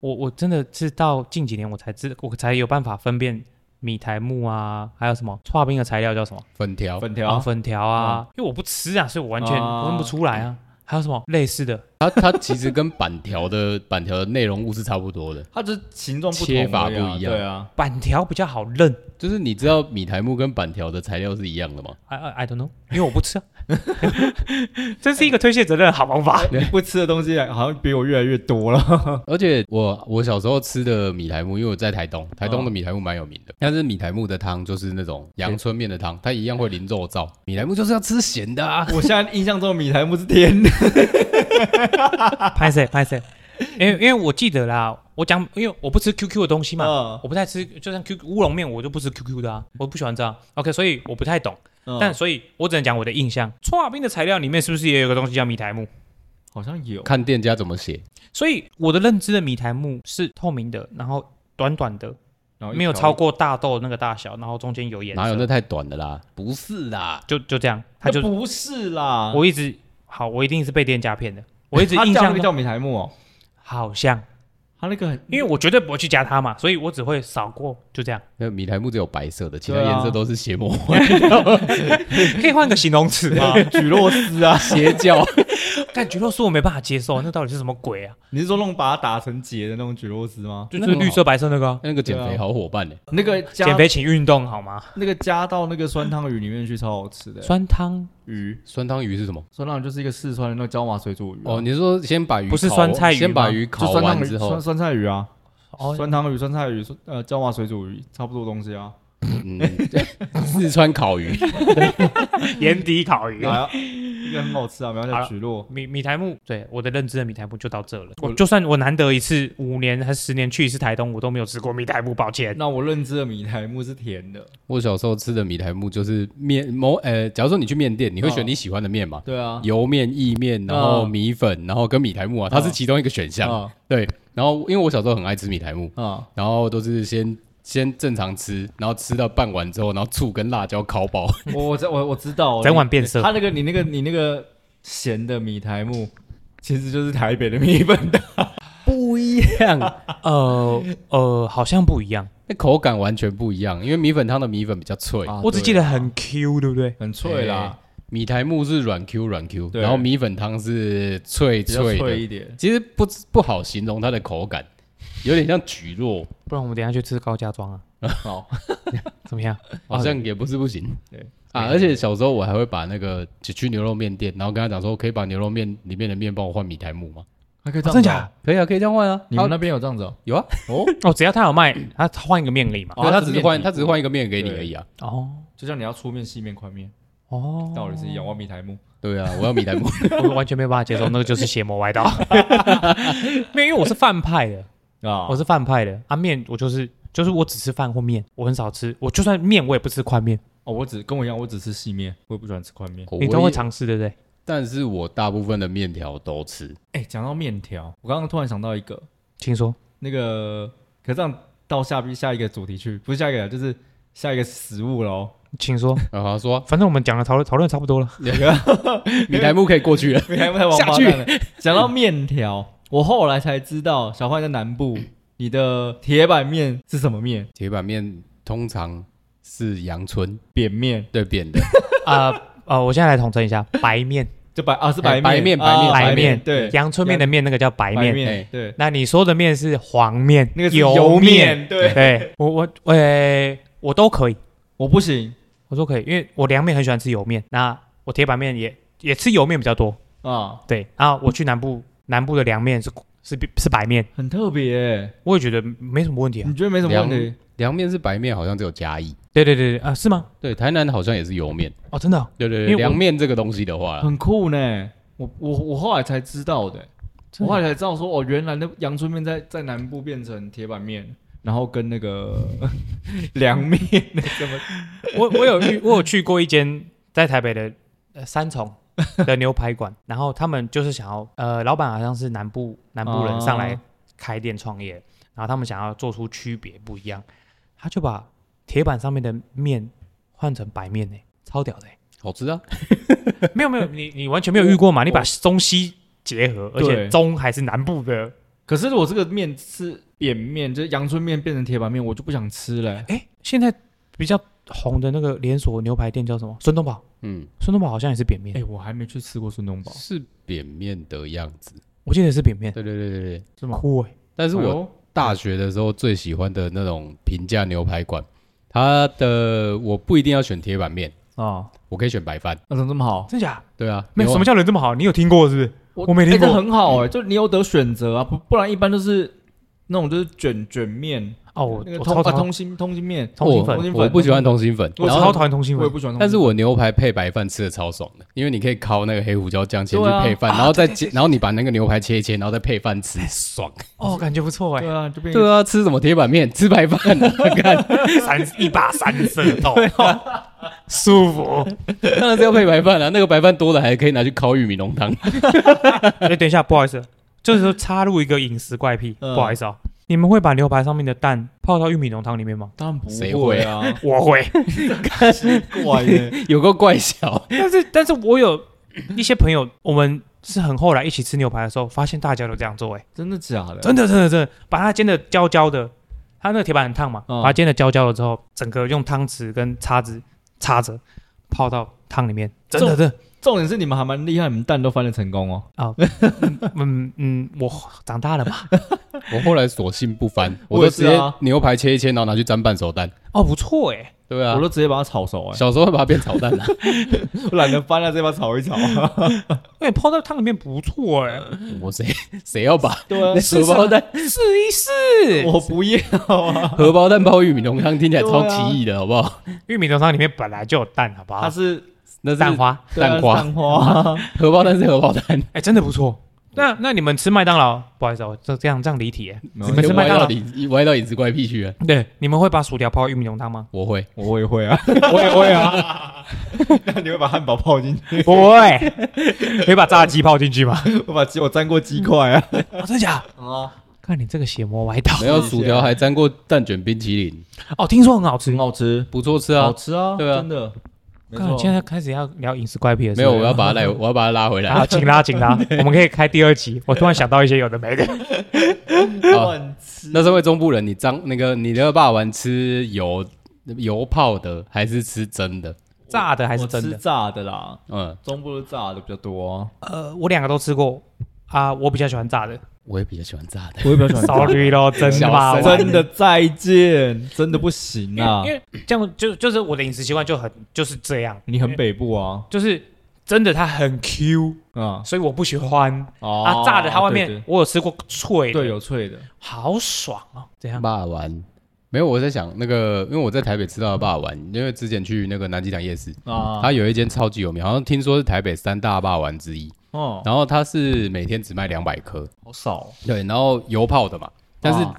Speaker 3: 我我真的是到近几年我才知，我才有办法分辨米苔木啊，还有什么刨冰的材料叫什么，
Speaker 1: 粉条，
Speaker 2: 粉
Speaker 3: 然后
Speaker 2: 条，
Speaker 3: 粉条啊，因为我不吃啊，所以我完全
Speaker 2: 哦
Speaker 3: 分不出来啊。还有什么类似的？
Speaker 1: 它它其实跟板条的 *laughs* 板条的内容物是差不多的，
Speaker 2: 它只是形状不同而已啊，
Speaker 1: 切法不一样
Speaker 2: 对啊，
Speaker 3: 板条比较好认
Speaker 1: 就是你知道米苔木跟板条的材料是一样的吗？
Speaker 3: ，I I I don't know，因为我不吃、啊。 *laughs* 这是一个推卸责任的好方法。
Speaker 2: 你不吃的东西好像比我越来越多
Speaker 3: *laughs*
Speaker 2: 了。
Speaker 1: 而且我我小时候吃的米苔木，因为我在台东，台东的米苔木蛮有名
Speaker 2: 嗯
Speaker 1: 的，但是米苔木的汤就是那种阳春面的汤，它一样会淋肉燥。米苔木就是要吃咸的啊，
Speaker 2: 我现在印象中的米苔木是甜
Speaker 3: *laughs*
Speaker 2: 的，
Speaker 3: 拍谁拍谁？因为因为我记得啦，我讲因为我不吃 QQ 的东西嘛，
Speaker 2: 嗯
Speaker 3: 我不太吃，就像 QQ 乌龙面我就不吃 QQ 的啊，我不喜欢这样。OK，所以我不太懂，
Speaker 2: 嗯
Speaker 3: 但所以我只能讲我的印象。搓冰的材料里面是不是也有个东西叫米苔木？
Speaker 2: 好像有
Speaker 1: 看店家怎么写。
Speaker 3: 所以我的认知的米苔木是透明的，然后短短的，
Speaker 2: 然后一条
Speaker 3: 没有超过大豆那个大小，然后中间有颜
Speaker 1: 哪有那
Speaker 3: 色，
Speaker 1: 太短的啦？不是啦，
Speaker 3: 就就这样，它
Speaker 2: 那
Speaker 3: 就
Speaker 2: 不啊是啦，
Speaker 3: 我一直好，我一定是被店家骗的，我一直印
Speaker 2: 它叫那
Speaker 3: 象
Speaker 2: 个
Speaker 3: 中 *laughs*
Speaker 2: 叫米苔木哦，
Speaker 3: 好像，
Speaker 2: 它那个
Speaker 3: *laughs*
Speaker 2: 很
Speaker 3: 因为我绝对不会去加它嘛，所以我只会扫过，就这样。
Speaker 1: 那米苔木只有白色的，其他
Speaker 2: 对啊
Speaker 1: 颜色都是邪魔 *laughs*
Speaker 3: 可以换个形容词吗？
Speaker 2: 啊举落丝
Speaker 3: *laughs*
Speaker 2: 啊，
Speaker 1: 邪教。
Speaker 3: 但菊若丝我没办法接受，那到底是什么鬼啊？
Speaker 2: 你是说弄把它打成结的那种举落丝吗？
Speaker 3: 就
Speaker 1: 那
Speaker 3: 是
Speaker 1: 很好
Speaker 3: 绿色白色那个啊、
Speaker 1: 那个减肥好伙伴欸呢、
Speaker 2: 那个加
Speaker 3: 减肥请运动好吗？
Speaker 2: 那个加到那个酸汤鱼里面去，超好吃的
Speaker 3: 酸汤
Speaker 2: 鱼。
Speaker 1: 酸汤鱼是什么？
Speaker 2: 酸汤鱼就是一个四川的那个椒麻水煮鱼啊、
Speaker 1: 哦，你是说先把鱼
Speaker 3: 不是
Speaker 1: 烤
Speaker 3: 酸菜鱼吗
Speaker 1: 先把鱼
Speaker 2: 就
Speaker 1: 烤
Speaker 2: 酸汤
Speaker 1: 完
Speaker 2: 鱼、
Speaker 1: 之
Speaker 2: 酸
Speaker 1: 后，
Speaker 2: 酸菜鱼啊，
Speaker 3: 哦，
Speaker 2: 酸汤鱼、酸菜鱼、酸呃椒麻水煮鱼，差不多东西啊。
Speaker 1: 嗯， *laughs* 四川烤鱼，
Speaker 3: 盐底烤
Speaker 2: *laughs*
Speaker 3: 鱼
Speaker 2: 来。啊，应该很好吃啊，苗
Speaker 3: 好
Speaker 2: 条
Speaker 3: 了
Speaker 2: 许诺。
Speaker 3: 米米苔木，对我的认知的米苔木就到这了。我就算我难得一次五年还是十年去一次台东，我都没有吃过米苔木，抱歉。
Speaker 2: 那我认知的米苔木是甜的，
Speaker 1: 我小时候吃的米苔木就是面某呃，假如说你去面店，你会选你喜欢的面嘛？
Speaker 2: 对啊，
Speaker 1: 油面、意面，然后米粉，然后跟米苔木啊，它是其中一个选项。
Speaker 2: 啊
Speaker 1: 对，然后因为我小时候很爱吃米苔木，
Speaker 2: 啊，
Speaker 1: 然后都是先先正常吃，然后吃到半碗之后，然后醋跟辣椒烤饱。 *laughs*
Speaker 2: 我我知我我知
Speaker 3: *laughs*
Speaker 2: 道了，
Speaker 3: 整碗变色
Speaker 2: 他那个你那个你那个咸的米苔木，其实就是台北的米粉的，
Speaker 1: 不一
Speaker 3: *laughs*
Speaker 1: 样，
Speaker 3: 呃呃，好像不一样。
Speaker 1: 那口感完全不一样，因为米粉汤的米粉比较脆，
Speaker 2: 啊
Speaker 3: 我只记得很 Q，对不对？
Speaker 2: 很脆啦，
Speaker 1: 米苔木是软 Q 软 Q，
Speaker 2: 对
Speaker 1: 然后米粉汤是脆
Speaker 2: 比较
Speaker 1: 脆
Speaker 2: 脆
Speaker 1: 的，
Speaker 2: 一点。
Speaker 1: 其实不不好形容它的口感，有点像菊
Speaker 2: *laughs*
Speaker 1: 络，
Speaker 3: 不然我们等一下去吃高家庄啊，
Speaker 2: 好，
Speaker 3: 怎么样？
Speaker 1: 好像也不是不行。
Speaker 2: 对
Speaker 1: 啊，而且小时候我还会把那个只去牛肉面店，然后跟他讲说，可以把牛肉面里面的面帮我换米苔木吗？
Speaker 2: 还可以这
Speaker 3: 哦
Speaker 2: 样
Speaker 3: *laughs* 真
Speaker 2: 子
Speaker 3: 假
Speaker 2: 哦？？
Speaker 1: 可以啊，可以这样换啊。
Speaker 2: 你们那边有这样子哦？
Speaker 1: 有啊，
Speaker 2: 哦，
Speaker 3: 哦，只要他有卖，他换一个面里嘛。
Speaker 1: 对，
Speaker 2: 哦
Speaker 1: 啊他只是换，他
Speaker 2: 它是面
Speaker 1: 只是换一个面给你而已啊。
Speaker 3: 哦
Speaker 2: 就像你要粗面、细面、宽面，
Speaker 3: 哦，
Speaker 2: 道理是一样。我要米苔木，
Speaker 1: 对啊，我要米苔木。
Speaker 3: 我完全没有办法接受，那个就是邪魔歪道。 *laughs* 没有，因为我是饭派的，
Speaker 2: 啊
Speaker 3: 我是饭派的啊面，我就是就是我只吃饭或面，我很少吃，我就算面我也不吃宽面，
Speaker 2: 哦，我只跟我一样，我只吃细面，我也不喜欢吃宽面。
Speaker 3: 你都会
Speaker 1: 尝。
Speaker 3: 尝试对不对？
Speaker 1: 但是我大部分的面条都吃，
Speaker 2: 哎，讲到面条，我刚刚突然想到一个，
Speaker 3: 请说，
Speaker 2: 那个，可是这样到下边下一个主题去，不是下一个，就是下一个食物喽。
Speaker 1: *laughs*
Speaker 3: 请说，
Speaker 1: 然后他说
Speaker 3: 反正我们讲了讨论讨论差不多了。
Speaker 1: 米苔木可以过去了，
Speaker 2: *laughs* 没还不太王八蛋了。讲到面条，我后来才知道，小坏在南部，你的铁板面是什么面？
Speaker 1: 铁板面通常是阳春，
Speaker 2: 扁面，
Speaker 1: 对扁的，
Speaker 3: *laughs* 啊呃，我现在来统称一下，白面、
Speaker 2: 就白啊，是白面，
Speaker 1: 白面哎白面
Speaker 2: 啊
Speaker 1: 白
Speaker 3: 面、
Speaker 2: 对，
Speaker 3: 阳春面的面那个叫白
Speaker 2: 白
Speaker 3: 面，
Speaker 1: 哎
Speaker 2: 面，对，
Speaker 3: 那你说的面是黄面，
Speaker 2: 那个是
Speaker 3: 油面，
Speaker 2: 面，对，
Speaker 3: 对我我呃我都可以，
Speaker 2: 我不行
Speaker 3: 我都可以，因为我凉面很喜欢吃油面，那我铁板面也也吃油面比较多。
Speaker 2: 啊，
Speaker 3: 对，然后我去南部，南部的凉面是是是白面，
Speaker 2: 很特别欸，
Speaker 3: 我也觉得没什么问题啊
Speaker 2: 你。觉得没什么问题？
Speaker 1: 哎凉面是白面，好像只有嘉义，
Speaker 3: 对对对对啊，是吗？
Speaker 1: 对，台南好像也是油面，
Speaker 3: 哦，真的哦、
Speaker 1: 对对
Speaker 3: 因
Speaker 1: 对，
Speaker 3: 为我
Speaker 1: 凉面这个东西的话，
Speaker 2: 很酷呢。我我我后来才知道的，
Speaker 3: 真
Speaker 2: 我后
Speaker 3: 的
Speaker 2: 来才知道说，哦，原来那阳春面在在南部变成铁板面，然后跟那个 *laughs* 凉面什么
Speaker 3: 我我有遇我有去过一间在台北的、呃、三重的牛排馆，然后他们就是想要呃，老板好像是南部南部人上来
Speaker 2: 哦
Speaker 3: 开店创业，然后他们想要做出区别不一样，他就把铁板上面的面换成白面呢、超屌的欸、
Speaker 1: 好吃啊，
Speaker 3: 没有没有，你你完全没有遇过嘛？你把中西结合，而且
Speaker 2: 对
Speaker 3: 中还是南部的，
Speaker 2: 可是我这个面是扁面，就是阳春面变成铁板面，我就不想吃了、
Speaker 3: 哎，现在比较红的那个连锁牛排店叫什么？孙东宝，
Speaker 1: 嗯，
Speaker 3: 孙东宝好像也是扁
Speaker 2: 哎、
Speaker 3: 面，
Speaker 2: 我还没去吃过孙东宝，
Speaker 1: 是扁面的样子。
Speaker 3: 我记得也是扁面，
Speaker 1: 对对对对对。
Speaker 2: 是吗？
Speaker 3: 酷哎，
Speaker 1: 但是
Speaker 2: 哎
Speaker 1: 我
Speaker 2: 呦
Speaker 1: 大学的时候最喜欢的那种平价牛排馆，它的我不一定要选铁板面，
Speaker 2: 啊，
Speaker 1: 我可以选白饭。
Speaker 2: 那、怎么这么好？
Speaker 3: 真假？
Speaker 1: 对啊，
Speaker 3: 没有什么叫人这么好，你有听过是不是？
Speaker 2: 我
Speaker 3: 我没听
Speaker 2: 哎这
Speaker 3: 过
Speaker 2: 很好哎、就你有得选择啊，不不然一般就是那种就是卷卷面，
Speaker 3: 哦，我
Speaker 2: 那个
Speaker 3: 我
Speaker 2: 通
Speaker 3: 超
Speaker 2: 啊
Speaker 3: 讨
Speaker 2: 通心通心面，哦
Speaker 3: 通心
Speaker 1: 我
Speaker 2: 通
Speaker 3: 粉，
Speaker 2: 心粉
Speaker 1: 我不喜欢通心粉，
Speaker 3: 我
Speaker 2: 我
Speaker 1: 然
Speaker 3: 超
Speaker 1: 后
Speaker 3: 讨厌通心
Speaker 2: 我也
Speaker 3: 粉，
Speaker 2: 不喜欢通心粉，
Speaker 1: 但是我牛排配白饭吃的超爽的，因为你可以烤那个黑胡椒酱先去
Speaker 2: 对啊
Speaker 1: 配饭，然后再切，然后你把那个牛排切一切，然后再配饭吃，爽。
Speaker 3: 哦，感觉不错
Speaker 2: 对
Speaker 3: 哎，
Speaker 2: 啊，就变
Speaker 1: 对啊，吃什么铁板面？吃白饭啊，看，
Speaker 3: 哎 *laughs* 三一把三色豆，啊舒服。
Speaker 1: 当然是要配白饭啊。那个白饭多的还可以拿去烤玉米浓汤。 *laughs*
Speaker 3: 哎，等一下，不好意思，这时候插入一个饮食怪癖，
Speaker 2: 嗯
Speaker 3: 不好意思啊，你们会把牛排上面的蛋泡到玉米浓汤里面吗？
Speaker 2: 当然不
Speaker 1: 谁
Speaker 2: 会啊， *laughs*
Speaker 3: 我会，
Speaker 2: 怪耶、
Speaker 1: 有个怪小，
Speaker 3: 但是但是我有一些朋友，我们是很后来一起吃牛排的时候，发现大家都这样做，哎。
Speaker 2: 真的假的？
Speaker 3: 真的真的真的，把它煎的焦焦的，它那个铁板很烫嘛，
Speaker 2: 嗯
Speaker 3: 把它煎的焦焦了之后，整个用汤匙跟叉子插着泡到汤里面，真的
Speaker 2: 重
Speaker 3: 真的，
Speaker 2: 重点是你们还蛮厉害，你们蛋都翻得成功哦。
Speaker 3: *laughs* 嗯嗯，我长大了嘛，
Speaker 1: 我后来索性不翻， *laughs* 我
Speaker 2: 我
Speaker 1: 都
Speaker 2: 也
Speaker 1: 直
Speaker 2: 是
Speaker 1: 接
Speaker 2: 啊
Speaker 1: 牛排切一切，然后拿去沾半熟蛋。
Speaker 3: 哦不错哎、
Speaker 1: 对啊
Speaker 2: 我，都直接把它炒熟哎、
Speaker 1: 小时候会把它变 *laughs* 炒蛋啊。
Speaker 2: 我懒得翻了，直接把它炒一炒。
Speaker 3: 哎、泡到汤里面不错哎、
Speaker 1: 我谁谁要把
Speaker 2: 对啊
Speaker 1: *laughs* 那，荷包蛋
Speaker 3: 试一试。
Speaker 2: 我不要啊，
Speaker 1: 荷包蛋泡玉米浓汤听起来超
Speaker 2: 对啊
Speaker 1: 奇异的，好不好？
Speaker 3: 玉米浓汤里面本来就有蛋，好不
Speaker 2: 它
Speaker 3: 好？
Speaker 2: 是
Speaker 1: 那是
Speaker 3: 啊蛋花，
Speaker 2: 对啊
Speaker 1: *laughs* 蛋花
Speaker 2: 蛋花，啊
Speaker 1: *laughs* 荷包蛋是荷包蛋， *laughs*
Speaker 3: 哎、真的不错。那那你们吃麦当劳，不好意思、哦，我这这样这样离题欸、
Speaker 2: 没
Speaker 1: 直
Speaker 2: 关系
Speaker 1: 接
Speaker 3: 是麦
Speaker 1: 歪
Speaker 3: 当劳
Speaker 1: 到饮歪到饮食怪癖去了。
Speaker 3: 对，你们会把薯条泡玉米浓汤 *laughs* 吗？
Speaker 1: 我 *laughs* 会，
Speaker 2: 我也会啊，我也会啊。 *laughs* 那你会把汉堡泡进去？
Speaker 3: 不 *laughs* 会，会把炸鸡泡进去吗？
Speaker 2: 我把鸡我沾过鸡块啊。
Speaker 3: 哦、真的假的？
Speaker 2: 啊，
Speaker 3: 看你这个邪魔歪道。 *laughs*
Speaker 1: 没有薯条还沾过蛋卷冰淇淋，
Speaker 3: 哦，听说很好吃。
Speaker 2: 好吃，
Speaker 1: 不错吃
Speaker 2: 好
Speaker 1: 啊。
Speaker 2: 吃啊，
Speaker 1: 对啊
Speaker 2: 真的。没
Speaker 3: 看，
Speaker 2: 错，
Speaker 3: 现在开始要聊饮食怪癖了。
Speaker 1: 没有，我要把它来，我要把它拉回来。 *laughs*
Speaker 3: 啊，请拉，请拉，我们可以开第二集。我突然想到一些有的没的。
Speaker 1: 好
Speaker 2: 乱吃。
Speaker 1: 那身为中部人，你张那个你的霸王吃油油泡的还是吃蒸的？
Speaker 3: 炸的还是
Speaker 2: 我
Speaker 3: 真
Speaker 2: 吃
Speaker 3: 的？
Speaker 2: 炸的啦，
Speaker 1: 嗯，
Speaker 2: 中部的炸的比较多
Speaker 3: *laughs*
Speaker 2: 啊。
Speaker 3: 呃，我两个都吃过啊，我比较喜欢炸的。
Speaker 1: 我也比较喜欢炸的。
Speaker 2: 我也比较喜
Speaker 3: Sorry 咯，真的吗？
Speaker 1: 小
Speaker 2: 真的再见，真的不行啊
Speaker 3: 因！为这样就就是我的饮食习惯就很就是这样，
Speaker 2: 你很北部啊，
Speaker 3: *laughs* 就是真的它很 Q，
Speaker 2: 啊
Speaker 3: 所以我不喜欢
Speaker 2: 哦
Speaker 3: 啊。炸的它外面
Speaker 2: 对
Speaker 3: 我有吃过
Speaker 2: 对
Speaker 3: 脆的，
Speaker 2: 对有脆的，
Speaker 3: 好爽哦。怎样？
Speaker 1: 霸丸没有，我在想那个，因为我在台北吃到的霸丸，因为之前去那个南机场夜市，
Speaker 2: 啊，
Speaker 1: 它有一间超级有名，好像听说是台北三大霸丸之一。
Speaker 2: 哦，
Speaker 1: 然后它是每天只卖两百颗，
Speaker 2: 好少，哦
Speaker 1: 对，然后油泡的嘛。但是
Speaker 2: 啊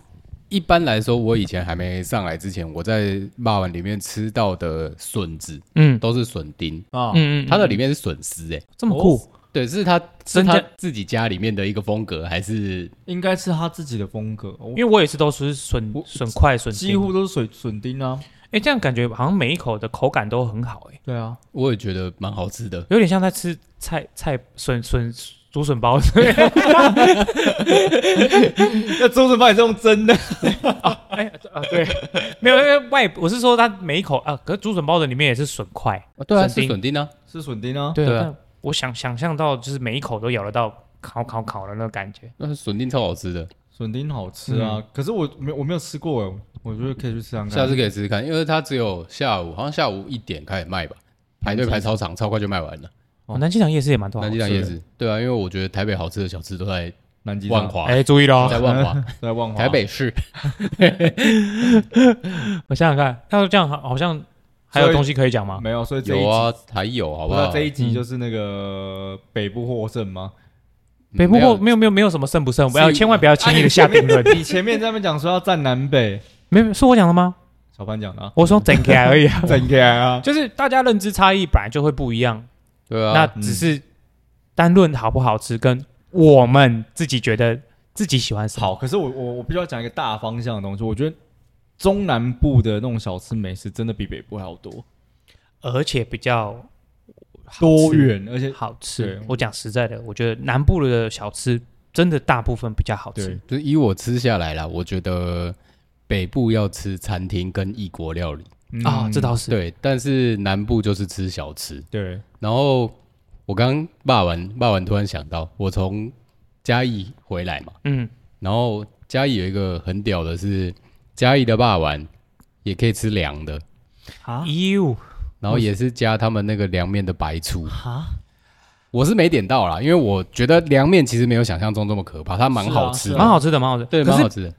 Speaker 1: 一般来说，我以前还没上来之前，我在霸丸里面吃到的笋子
Speaker 3: 嗯
Speaker 1: 都是笋丁，
Speaker 2: 啊，
Speaker 3: 嗯嗯，
Speaker 1: 它的里面是笋丝哎、
Speaker 3: 这么酷，
Speaker 1: 对，是他是
Speaker 3: 真的
Speaker 1: 他自己家里面的一个风格，还是
Speaker 2: 应该是他自己的风格，
Speaker 3: 因为我也是都吃笋
Speaker 2: 我
Speaker 3: 笋块笋
Speaker 2: 几
Speaker 3: 丁
Speaker 2: 乎都是水笋丁啊，
Speaker 3: 哎、这样感觉好像每一口的口感都很好、哎，
Speaker 2: 对
Speaker 1: *laughs*
Speaker 2: 啊，
Speaker 1: 我也觉得蛮好吃的。
Speaker 3: 有点像在吃菜菜笋笋竹笋包
Speaker 2: 那周润发也是用蒸的，
Speaker 3: 哎啊，对， *laughs* 没有，因为外我是说它每一口啊，可是竹笋包的里面也是笋块，
Speaker 1: 啊对啊，
Speaker 3: 笋丁
Speaker 1: 是笋丁啊，
Speaker 2: *laughs* 是笋丁啊，
Speaker 1: 对啊
Speaker 3: 但我想想象到就是每一口都咬得到烤烤烤的那个感觉，
Speaker 1: 那笋丁超好吃的，
Speaker 2: 笋丁好吃啊，可是我没我没有吃过哎，我觉得可以去吃看看，
Speaker 1: 嗯下次可以试试看，因为它只有下午，好像下午一点开始卖吧，排队排超长，超快就卖完了。
Speaker 3: 哦，南机场夜市也蛮多好
Speaker 1: 南
Speaker 3: 吃
Speaker 1: 机
Speaker 3: 的，
Speaker 1: 场夜市，对啊，因为我觉得台北好吃的小吃都在
Speaker 2: 南极
Speaker 1: 万
Speaker 2: 大
Speaker 1: 华，
Speaker 3: 哎、注意喽
Speaker 1: 在，万华，
Speaker 2: 在万华，
Speaker 1: 台北市
Speaker 3: 我想想看，那这样好好像还有东西可以讲吗？
Speaker 2: 没有，所以这一
Speaker 1: 有
Speaker 2: 集，
Speaker 1: 啊，还有好
Speaker 2: 不
Speaker 1: 不
Speaker 2: 知道
Speaker 1: 好？
Speaker 2: 这一集就是那个北部获胜吗？
Speaker 1: 嗯
Speaker 3: 北部
Speaker 1: 没有
Speaker 3: 或没有没有没有什么胜不胜，不
Speaker 1: 是
Speaker 3: 要千万不要轻易的下定论，
Speaker 2: 啊你前面在那边讲说要站南北，
Speaker 3: 没有是我讲的吗？
Speaker 2: 小潘讲
Speaker 1: *laughs*
Speaker 2: 的啊，
Speaker 3: 我说整开而已啊，
Speaker 2: 站起来啊，
Speaker 3: 就是大家认知差异本来就会不一样，
Speaker 1: 对
Speaker 3: 那
Speaker 1: 啊，
Speaker 3: 只是单论好不好吃，跟我们自己觉得自己喜欢什么。
Speaker 2: 好，可是我我我必须要讲一个大方向的东西，我觉得中南部的那种小吃美食真的比北部还要多，
Speaker 3: 而且比较好吃
Speaker 2: 多元，而且
Speaker 3: 好吃
Speaker 2: 对。
Speaker 3: 我讲实在的，我觉得南部的小吃真的大部分比较好吃
Speaker 1: 就
Speaker 2: 对。
Speaker 1: 是以我吃下来啦，我觉得北部要吃餐厅跟异国料理，
Speaker 2: 嗯
Speaker 3: 啊，这倒是。
Speaker 1: 对，但是南部就是吃小吃。
Speaker 2: 对
Speaker 1: 然后我刚骂完骂完，突然想到我从嘉义回来嘛，
Speaker 3: 嗯，
Speaker 1: 然后嘉义有一个很屌的是嘉义的霸丸，也可以吃凉的，
Speaker 2: 啊，
Speaker 3: 哟
Speaker 1: 然后也是加他们那个凉面的白醋。
Speaker 2: 哈，
Speaker 1: 我是没点到啦，因为我觉得凉面其实没有想象中这么可怕，它蛮好吃
Speaker 2: 是
Speaker 1: 的，
Speaker 2: 啊
Speaker 3: 蛮好吃的，蛮好吃的。
Speaker 1: 对，
Speaker 3: 可
Speaker 1: 蛮
Speaker 3: 是
Speaker 1: 好吃的。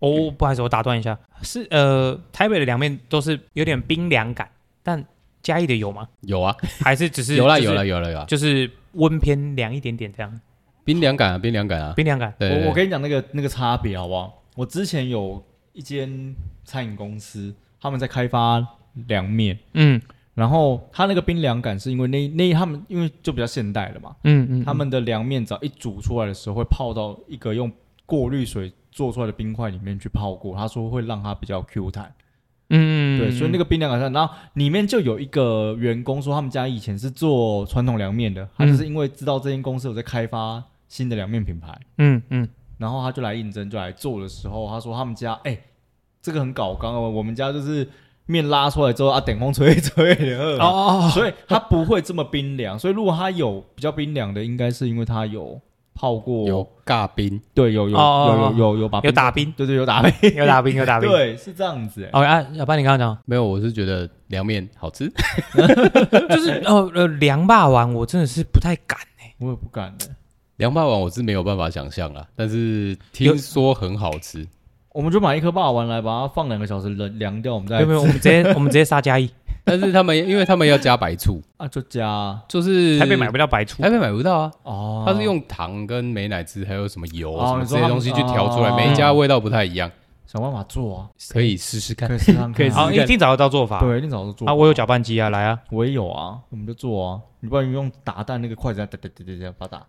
Speaker 3: 哦，不好意思，我打断一下，是呃，台北的凉面都是有点冰凉感，但嘉义的有吗？
Speaker 1: 有啊，
Speaker 3: 还是只是
Speaker 1: 有啦，
Speaker 3: 就是
Speaker 1: 有啦，有啦，有啦，
Speaker 3: 就是温偏凉一点点这样，
Speaker 1: 冰凉感啊，冰凉感啊。
Speaker 3: 冰凉感。
Speaker 1: 对，对
Speaker 2: 我
Speaker 1: 对
Speaker 2: 我跟你讲那个那个差别好不好？我之前有一间餐饮公司，他们在开发凉面，
Speaker 3: 嗯
Speaker 2: 然后它那个冰凉感是因为那那他们因为就比较现代了嘛，
Speaker 3: 嗯嗯，
Speaker 2: 他们的凉面只要一煮出来的时候，会泡到一个用过滤水做出来的冰块里面去泡过。他说会让它比较 Q 弹，
Speaker 3: 嗯，嗯
Speaker 2: 对，所以那个
Speaker 3: 个
Speaker 2: 冰凉感，然后里面就有一个员工说，他们家以前是做传统凉面的，他就是因为知道这间公司有在开发新的凉面品牌，
Speaker 3: 嗯嗯
Speaker 2: 然后他就来应征，就来做的时候，他说他们家哎、这个很搞刚哦，我们家就是面拉出来之后啊，等风吹一吹的，
Speaker 3: 哦哦
Speaker 2: 所以它不会这么冰凉。所以如果它有比较冰凉的，应该是因为它有泡过，
Speaker 1: 有尬冰，
Speaker 2: 对，有有
Speaker 3: 哦哦
Speaker 2: 有
Speaker 3: 哦
Speaker 2: 有有有把
Speaker 3: 哦，有打
Speaker 2: 啊
Speaker 3: 冰，
Speaker 2: 冰，对对有打冰，
Speaker 3: 有打冰，有打冰。
Speaker 2: 对，是这样子、哎
Speaker 3: 哦啊，小班，你刚
Speaker 1: *laughs*
Speaker 3: 刚
Speaker 1: 没有，我是觉得凉面好吃。
Speaker 3: 讲就是呃呃凉霸王，我真的是不太敢哎。
Speaker 2: 我也不敢的、哎
Speaker 1: 凉拌碗我是没有办法想象啦，但是
Speaker 3: 有
Speaker 1: 听说很好吃。
Speaker 2: 我们就买一颗霸王丸来，把它放两个小时冷凉掉，我们再
Speaker 3: 没有没有，我们直接我们直接杀加一，
Speaker 1: 但是他们 *laughs* 因为他们要加白醋，
Speaker 2: 啊就加
Speaker 1: 就是
Speaker 3: 台北买不到白醋
Speaker 1: 台。北买不到啊，
Speaker 2: 哦，
Speaker 1: 它是用糖跟美乃滋还有什么油啊、
Speaker 2: 哦
Speaker 1: 什么这
Speaker 2: 你说
Speaker 1: 些
Speaker 2: 他们
Speaker 1: 东西去调出来，
Speaker 2: 哦嗯
Speaker 1: 每一家味道不太一样，
Speaker 2: 想办法做啊，
Speaker 1: 可以试试看
Speaker 2: *laughs* 可。以试看
Speaker 1: 可以
Speaker 2: 看
Speaker 1: 试
Speaker 2: 啊，
Speaker 3: 好，
Speaker 1: 试
Speaker 3: 一定找得到做法。
Speaker 2: 对，你早就做
Speaker 3: 啊，我有搅拌机啊，来啊，
Speaker 2: 我也有啊，我们就做啊，你不然用打蛋那个筷子，哒哒哒哒哒，把它打。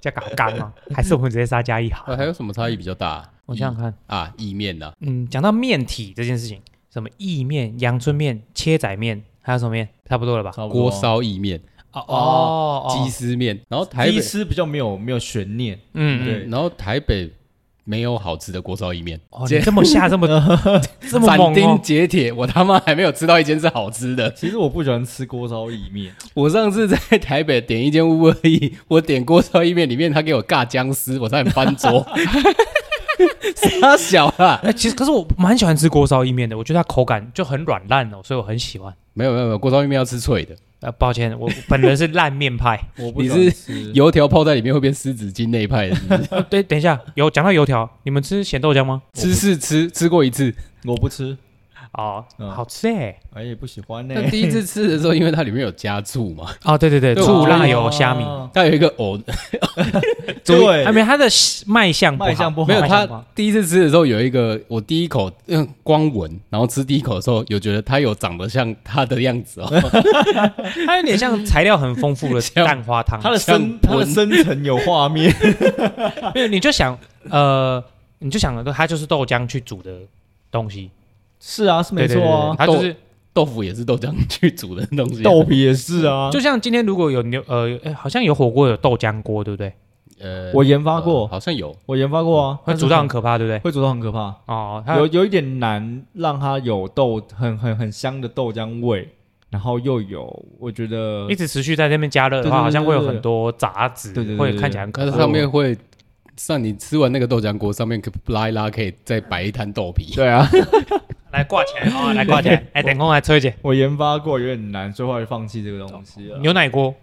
Speaker 3: 加搞干吗？还是我们直接杀加一好
Speaker 1: 呃，？还有什么差异比较大？
Speaker 3: 我想想看，
Speaker 1: 啊，意面呐、啊，
Speaker 3: 嗯，讲到面体这件事情，什么意面、阳春面、切仔面，还有什么面，差不多了吧？
Speaker 2: 差不多
Speaker 1: 锅烧意面、
Speaker 3: 哦
Speaker 2: 哦
Speaker 1: 鸡丝面，然后台
Speaker 2: 鸡
Speaker 1: 北，
Speaker 2: 丝比较没有没有悬念，
Speaker 3: 嗯
Speaker 2: 对
Speaker 3: 嗯，
Speaker 1: 然后台北没有好吃的锅烧意面，
Speaker 3: 哦，你这么下这么这么
Speaker 1: 斩
Speaker 3: 猛
Speaker 1: 钉
Speaker 3: 哦，
Speaker 1: 截铁，我他妈还没有吃到一间是好吃的。
Speaker 2: 其实我不喜欢吃锅烧意面，
Speaker 1: 我上次在台北点一间乌龟 *laughs* 意，我点锅烧意面，里面他给我尬姜丝，我差点翻桌。傻小啊啦，
Speaker 3: 哎，其实可是我蛮喜欢吃锅烧意面的，我觉得它口感就很软烂哦，所以我很喜欢。
Speaker 1: 没有没有没有，锅烧意面要吃脆的，
Speaker 3: 呃，抱歉，我我本人是烂面派。 *laughs*
Speaker 2: 我不喜欢吃。
Speaker 1: 油条泡在里面会变湿纸巾那一派的是不
Speaker 2: *laughs*
Speaker 1: 是
Speaker 3: 呃对，等一下，有讲到油条，你们吃咸豆浆吗？
Speaker 1: 吃是吃，吃过一次，
Speaker 2: 我不吃，
Speaker 3: 哦，
Speaker 2: 嗯
Speaker 3: 好吃哎！
Speaker 2: 哎也不喜欢呢、
Speaker 1: 但第一次吃的时候，因为它里面有加醋嘛，
Speaker 3: 哦，对对对，
Speaker 1: 对
Speaker 3: 醋
Speaker 1: 我
Speaker 3: 辣
Speaker 1: 觉得
Speaker 3: 油虾米，
Speaker 1: 它有一个
Speaker 2: *laughs*
Speaker 1: 藕，
Speaker 2: 啊哦对
Speaker 3: 啊，没有它的卖相不好
Speaker 2: 卖相不好
Speaker 1: 没有
Speaker 3: 卖
Speaker 1: 它
Speaker 3: 相不好
Speaker 1: 第一次吃的时候有一个，我第一口嗯光闻，然后吃第一口的时候有觉得它有长得像它的样子哦， *laughs*
Speaker 3: 它有点像材料很
Speaker 2: *laughs*
Speaker 3: 丰富的
Speaker 1: 像
Speaker 3: 蛋花汤。
Speaker 2: 它的深
Speaker 1: 像
Speaker 2: 它的
Speaker 1: 文
Speaker 2: 深层有画面，
Speaker 3: 没有，你就想，呃，你就想了，它就是豆浆去煮的东西，
Speaker 2: 是啊，是没
Speaker 3: 对
Speaker 2: 错
Speaker 3: 对对对
Speaker 2: 啊，
Speaker 3: 它就是
Speaker 1: 豆腐也是豆浆去煮的东西啊，
Speaker 2: 豆皮也是啊，
Speaker 3: 就像今天如果有牛，呃，诶好像有火锅有豆浆锅，对不对？
Speaker 1: 呃
Speaker 2: 我研发
Speaker 1: 呃
Speaker 2: 过，
Speaker 1: 好像有，
Speaker 2: 我研发过啊，
Speaker 3: 会煮到很可怕，对不对？
Speaker 2: 会煮到很可怕，
Speaker 3: 哦，它
Speaker 2: 有有一点难让它有豆很很很香的豆浆味，然后又有我觉得
Speaker 3: 一直持续在那边加热
Speaker 2: 对对
Speaker 3: 的话，
Speaker 2: 对对
Speaker 3: 好像会有很多杂质，
Speaker 2: 对对对对
Speaker 3: 会
Speaker 2: 对
Speaker 3: 看起来很可哦
Speaker 1: 它
Speaker 3: 怕。
Speaker 1: 上面会像你吃完那个豆浆锅，上面可拉一拉，可以再摆一摊豆皮。 *laughs*
Speaker 2: 对啊，
Speaker 3: 来挂起来，哦，
Speaker 2: *laughs*
Speaker 3: 来挂起来，哎，等空来吹一姐，
Speaker 2: 我研发过有点难，所以后来放弃这个东西了。
Speaker 3: 牛奶锅，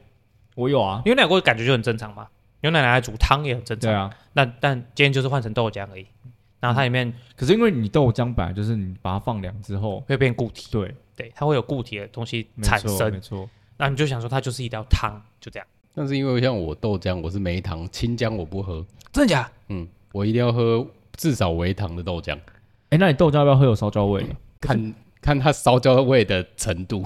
Speaker 2: 我有啊，
Speaker 3: 牛奶锅感觉就很正常嘛，牛奶拿来煮汤也很正
Speaker 2: 对
Speaker 3: 常。
Speaker 2: 啊，
Speaker 3: 那但今天就是换成豆浆而已，然后它里面
Speaker 2: 可是因为你豆浆本来就是你把它放凉之后，
Speaker 3: 会变固体，
Speaker 2: 对，
Speaker 3: 对，它会有固体的东西
Speaker 2: 没
Speaker 3: 产
Speaker 2: 错没
Speaker 3: 生，
Speaker 2: 错，
Speaker 3: 那你就想说它就是一道汤，就这样，
Speaker 1: 但是因为像我豆浆，我是没糖，清浆我不喝，
Speaker 3: 真的假？
Speaker 1: 嗯，我一定要喝至少微糖的豆浆，
Speaker 2: 哎，那你豆浆要不要会有烧焦味？
Speaker 1: 看看它烧焦味的程度。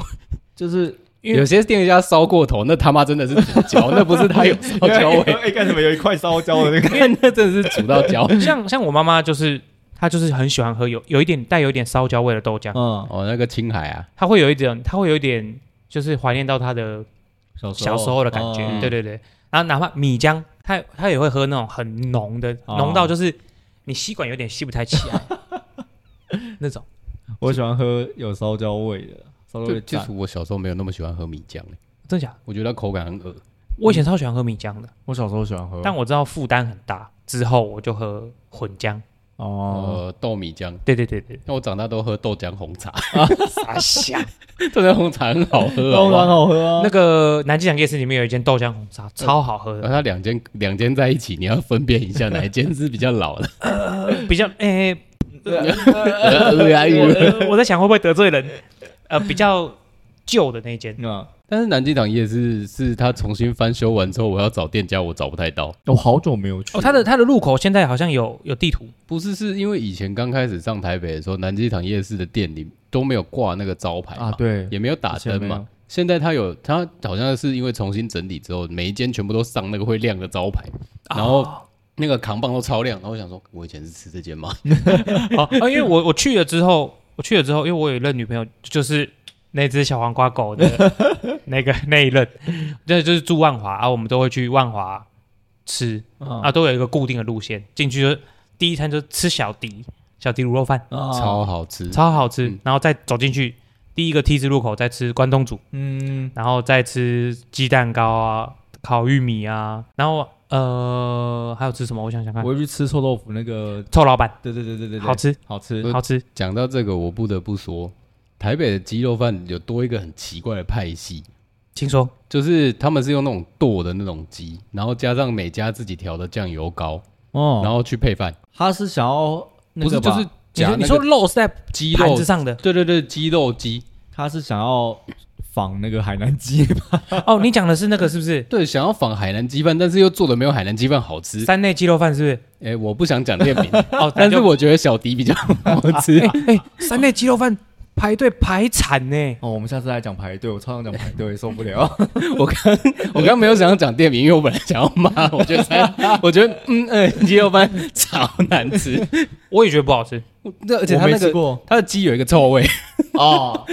Speaker 2: 就是
Speaker 3: 因为
Speaker 1: 有些店家烧过头，那他妈真的是煮焦，那不是它有烧焦味，
Speaker 2: 哎，干什么有一块烧焦的那个？
Speaker 1: 看那真的是煮到焦。
Speaker 3: 像像我妈妈就是，她就是很喜欢喝有有一点带有一点烧焦味的豆浆，
Speaker 2: 嗯，
Speaker 1: 哦，那个青海啊，
Speaker 3: 它会有一点，它会有一点就是怀念到他的
Speaker 2: 小时候
Speaker 3: 小时候的感觉。
Speaker 2: 哦
Speaker 3: 对对对，然后哪怕米浆，他他也会喝那种很浓的，
Speaker 2: 哦
Speaker 3: 浓到就是你吸管有点吸不太起来那种。
Speaker 2: 我喜欢喝有烧焦味的，烧焦
Speaker 1: 就
Speaker 2: 味
Speaker 1: 其
Speaker 2: 赞
Speaker 1: 实。我小时候没有那么喜欢喝米浆、欸，
Speaker 3: 真假？
Speaker 1: 我觉得它口感很恶。
Speaker 3: 我以前超喜欢喝米浆的，
Speaker 2: 我小时候喜欢喝，
Speaker 3: 但我知道负担很大，之后我就喝混浆。
Speaker 2: 哦，
Speaker 1: 呃，豆米浆，
Speaker 3: 对对对对，
Speaker 1: 那我长大都喝豆浆红茶， *laughs*
Speaker 3: 傻笑。
Speaker 1: 豆浆红茶很好喝
Speaker 2: 当然
Speaker 1: 啊。
Speaker 2: 好喝啊
Speaker 3: 那。个南机场夜市里面有一间豆浆红茶，超好喝
Speaker 1: 然
Speaker 3: 的
Speaker 1: 后，它两间两间在一起，你要分辨一下哪一间是比较老
Speaker 2: *laughs*
Speaker 1: 的。
Speaker 3: 比较诶、
Speaker 2: 啊
Speaker 1: 呃
Speaker 3: 我我在想会不会得罪人，呃，比较旧的那间，
Speaker 2: 啊，
Speaker 1: *laughs* 但是南京港夜市是他重新翻修完之后，我要找店家我找不太到。
Speaker 2: *laughs* 我好久没有去
Speaker 3: 哦，它的它的入口现在好像有有地图，
Speaker 1: 不是，是因为以前刚开始上台北的时候，南机场夜市的店里都没有挂那个招牌嘛
Speaker 2: 啊，对，
Speaker 1: 也没有打
Speaker 2: 以
Speaker 1: 灯
Speaker 2: 前没有
Speaker 1: 嘛。现在它有，它好像是因为重新整理之后，每一间全部都上那个会亮的招牌，然后
Speaker 3: 哦
Speaker 1: 那个扛棒都超亮。然后我想说，我以前是吃这间吗？
Speaker 3: *laughs* 哦，哦因为我我去了之后，我去了之后，因为我有一任女朋友，就是那只小黄瓜
Speaker 1: *laughs*
Speaker 3: 狗的那个那一任，那就是住万华啊，我们都会去万华吃
Speaker 2: 啊
Speaker 3: 啊，都有一个固定的路线，进去就第一餐就吃小迪小迪卤肉饭，
Speaker 2: 啊
Speaker 1: 超好吃，
Speaker 3: 超好吃
Speaker 1: 嗯，
Speaker 3: 然后再走进去第一个 T 字路口再吃关东煮。
Speaker 2: 嗯，
Speaker 3: 然后再吃鸡蛋糕啊、烤玉米啊，然后呃还有吃什么？我想想看
Speaker 2: 我，会去吃臭豆腐那个，
Speaker 3: 臭老板
Speaker 2: 对对对对对，对
Speaker 3: 好吃，
Speaker 2: 好吃
Speaker 1: 呃
Speaker 3: 好吃
Speaker 1: 讲到这个，我不得不说，台北的鸡肉饭有多一个很奇怪的派系，
Speaker 3: 请说。
Speaker 1: 就是他们是用那种剁的那种鸡，然后加上每家自己调的酱油膏，
Speaker 2: 哦。
Speaker 1: 然后去配饭，
Speaker 2: 他是想要那
Speaker 1: 不是
Speaker 2: 个
Speaker 1: 就
Speaker 2: 吧
Speaker 1: 是
Speaker 3: 你
Speaker 1: 夹
Speaker 3: 说
Speaker 1: 那
Speaker 3: 你说
Speaker 1: 个
Speaker 3: 肉是在
Speaker 1: 鸡
Speaker 3: 盘
Speaker 1: 肉
Speaker 3: 子，上的
Speaker 1: 对对对，鸡肉鸡，
Speaker 2: 他是想要仿那个海南鸡吧？
Speaker 3: 哦，你讲的是那个是不 *laughs* 是？
Speaker 1: 对，想要仿海南鸡饭，但是又做的没有海南鸡饭好吃。
Speaker 3: 三内鸡肉饭是不 *laughs* 是？
Speaker 1: 哎，我不想讲店名，
Speaker 3: 哦，
Speaker 1: 但
Speaker 3: 那
Speaker 1: 是
Speaker 3: 就
Speaker 1: 我觉得小迪比较好吃。
Speaker 3: 哎哎，三内鸡肉饭排队排惨呢。
Speaker 2: *laughs* 哦，我们下次来讲排队，我超想讲排 *laughs* 队，受不了。
Speaker 1: 我刚 *laughs* 我刚没有想要讲店名，因为我本来想要骂，我觉得才我觉得嗯嗯，鸡肉饭 *laughs* 超难吃，
Speaker 3: 我也觉得不好吃。
Speaker 1: 对，而且
Speaker 2: 我
Speaker 1: 它
Speaker 2: 没
Speaker 1: 那
Speaker 2: 吃
Speaker 1: 个
Speaker 2: 过
Speaker 1: 它的鸡有一个臭味，
Speaker 2: 哦，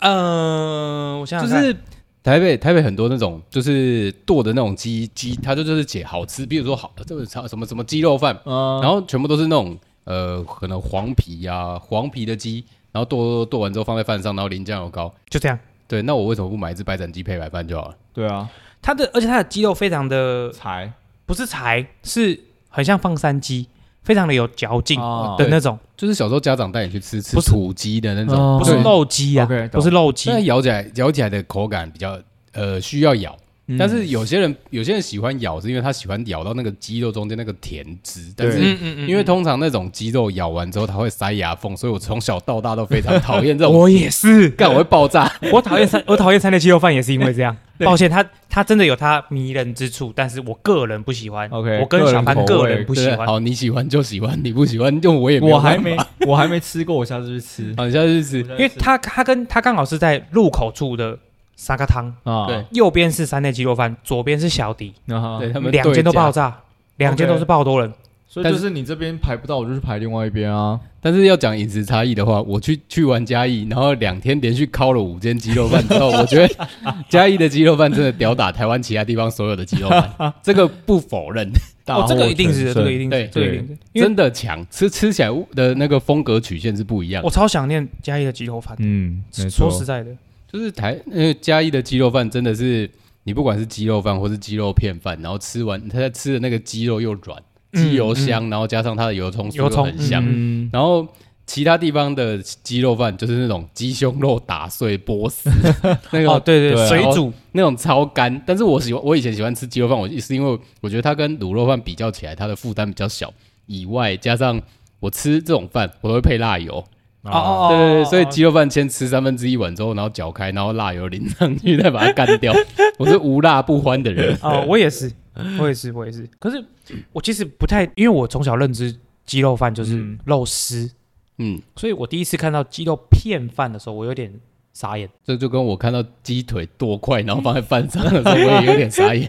Speaker 3: 嗯，我想
Speaker 1: 就
Speaker 3: 想看，
Speaker 1: 是台北台北很多那种就是剁的那种鸡鸡，它就就是解好吃，比如说好这个什么什么鸡肉饭，
Speaker 2: 嗯，
Speaker 1: 然后全部都是那种呃可能黄皮呀、黄皮的鸡，然后剁剁剁完之后放在饭上，然后淋酱油膏。
Speaker 3: 就这样。
Speaker 1: 对，那我为什么不买一只白斩鸡配白饭就好了？
Speaker 2: 对啊，
Speaker 3: 它的而且它的鸡肉非常的
Speaker 2: 才
Speaker 3: 不是柴，是很像放山鸡，非常的有嚼劲
Speaker 2: 哦
Speaker 3: 的那种，
Speaker 1: 就是小时候家长带你去吃吃
Speaker 3: 不是
Speaker 1: 土鸡的那种，
Speaker 2: 哦
Speaker 3: 不是
Speaker 1: 对
Speaker 3: 肉鸡啊
Speaker 2: OK，，
Speaker 3: 不是肉鸡
Speaker 1: 现在，咬起来咬起来的口感比较呃需要咬，
Speaker 3: 嗯
Speaker 1: 但是有些人有些人喜欢咬，是因为他喜欢咬到那个鸡肉中间那个甜汁，但
Speaker 2: 对
Speaker 1: 是。
Speaker 3: 嗯嗯
Speaker 1: 因为通常那种鸡肉咬完之后，它会塞牙缝，所以我从小到大都非常讨厌这种。
Speaker 3: 我也是，
Speaker 1: *laughs* 干，我会爆炸。
Speaker 3: *laughs* 我讨厌三，我讨厌三类鸡肉饭也是因为这样。 *laughs* 抱歉，它它真的有它迷人之处，但是我个人不喜欢。
Speaker 2: OK，
Speaker 3: 我跟小潘
Speaker 2: 个人口
Speaker 3: 个
Speaker 2: 味
Speaker 3: 人不喜
Speaker 1: 对
Speaker 3: 欢。
Speaker 1: 好，你喜欢就喜欢，你不喜欢就 *laughs* 我也有
Speaker 2: 我还
Speaker 1: 办法
Speaker 2: 没。我还没吃过，我下次去吃。
Speaker 1: 好，你下次去吃
Speaker 2: 因
Speaker 3: 因为它它跟它刚好是在入口处的沙咖汤，
Speaker 2: 啊，
Speaker 1: 对
Speaker 3: 右边是三类鸡肉饭，左边是小迪，
Speaker 2: 然后
Speaker 1: 对他们
Speaker 3: 两间都
Speaker 1: 对价
Speaker 3: 爆炸，两间都是爆多人。
Speaker 2: 所以
Speaker 1: 但
Speaker 2: 就是是你这边排不到，我就去排另外一边啊。
Speaker 1: 但是要讲饮食差异的话，我去去完嘉义，然后两天连续烤了五间鸡肉饭之后，我觉得嘉义的鸡肉饭真的吊打台湾其他地方所有的鸡肉
Speaker 3: *laughs*
Speaker 1: 饭，这个不否认，
Speaker 3: 哦，这个一定是的，这个一定
Speaker 1: 对
Speaker 3: 是，这个一定是。因为
Speaker 1: 真的强，吃吃起来的那个风格曲线是不一样的
Speaker 3: 我。超想念嘉义的鸡肉饭，
Speaker 2: 嗯，没
Speaker 3: 说
Speaker 2: 错，
Speaker 3: 实在的，
Speaker 1: 就是台呃嘉义的鸡肉饭真的是，你不管是鸡肉饭或是鸡肉片饭，然后吃完它吃的那个鸡肉又软，鸡油香，然后加上它的油葱酥
Speaker 3: 嗯油
Speaker 1: 又
Speaker 3: 葱
Speaker 1: 很香，
Speaker 2: 嗯，
Speaker 1: 然后。其他地方的鸡肉饭就是那种鸡胸肉打碎剥丝， *laughs* 那个
Speaker 3: 哦，对
Speaker 1: 对
Speaker 3: 对，
Speaker 1: 啊
Speaker 3: 水煮
Speaker 1: 那种超干，但是我喜欢，我以前喜欢吃鸡肉饭，我是因为我觉得它跟卤肉饭比较起来，它的负担比较小，以外加上我吃这种饭，我都会配辣油，
Speaker 2: 啊
Speaker 3: 哦哦，哦
Speaker 1: 对对对，所以
Speaker 3: 哦
Speaker 1: 鸡肉饭先吃三分之一碗之后，然后搅开，然后辣油淋上去，再把它干
Speaker 2: *laughs*
Speaker 1: 掉。我是无辣不欢的人，
Speaker 3: 哦，我也是，我也是，我也是。可是我其实不太，因为我从小认知鸡肉饭就是
Speaker 2: 嗯
Speaker 3: 肉丝，
Speaker 1: 嗯，
Speaker 3: 所以我第一次看到鸡肉片饭的时候，我有点傻眼。
Speaker 1: 这就跟我看到鸡腿剁块，然后放在饭上的时候，我也有点傻
Speaker 2: *laughs*
Speaker 1: 眼。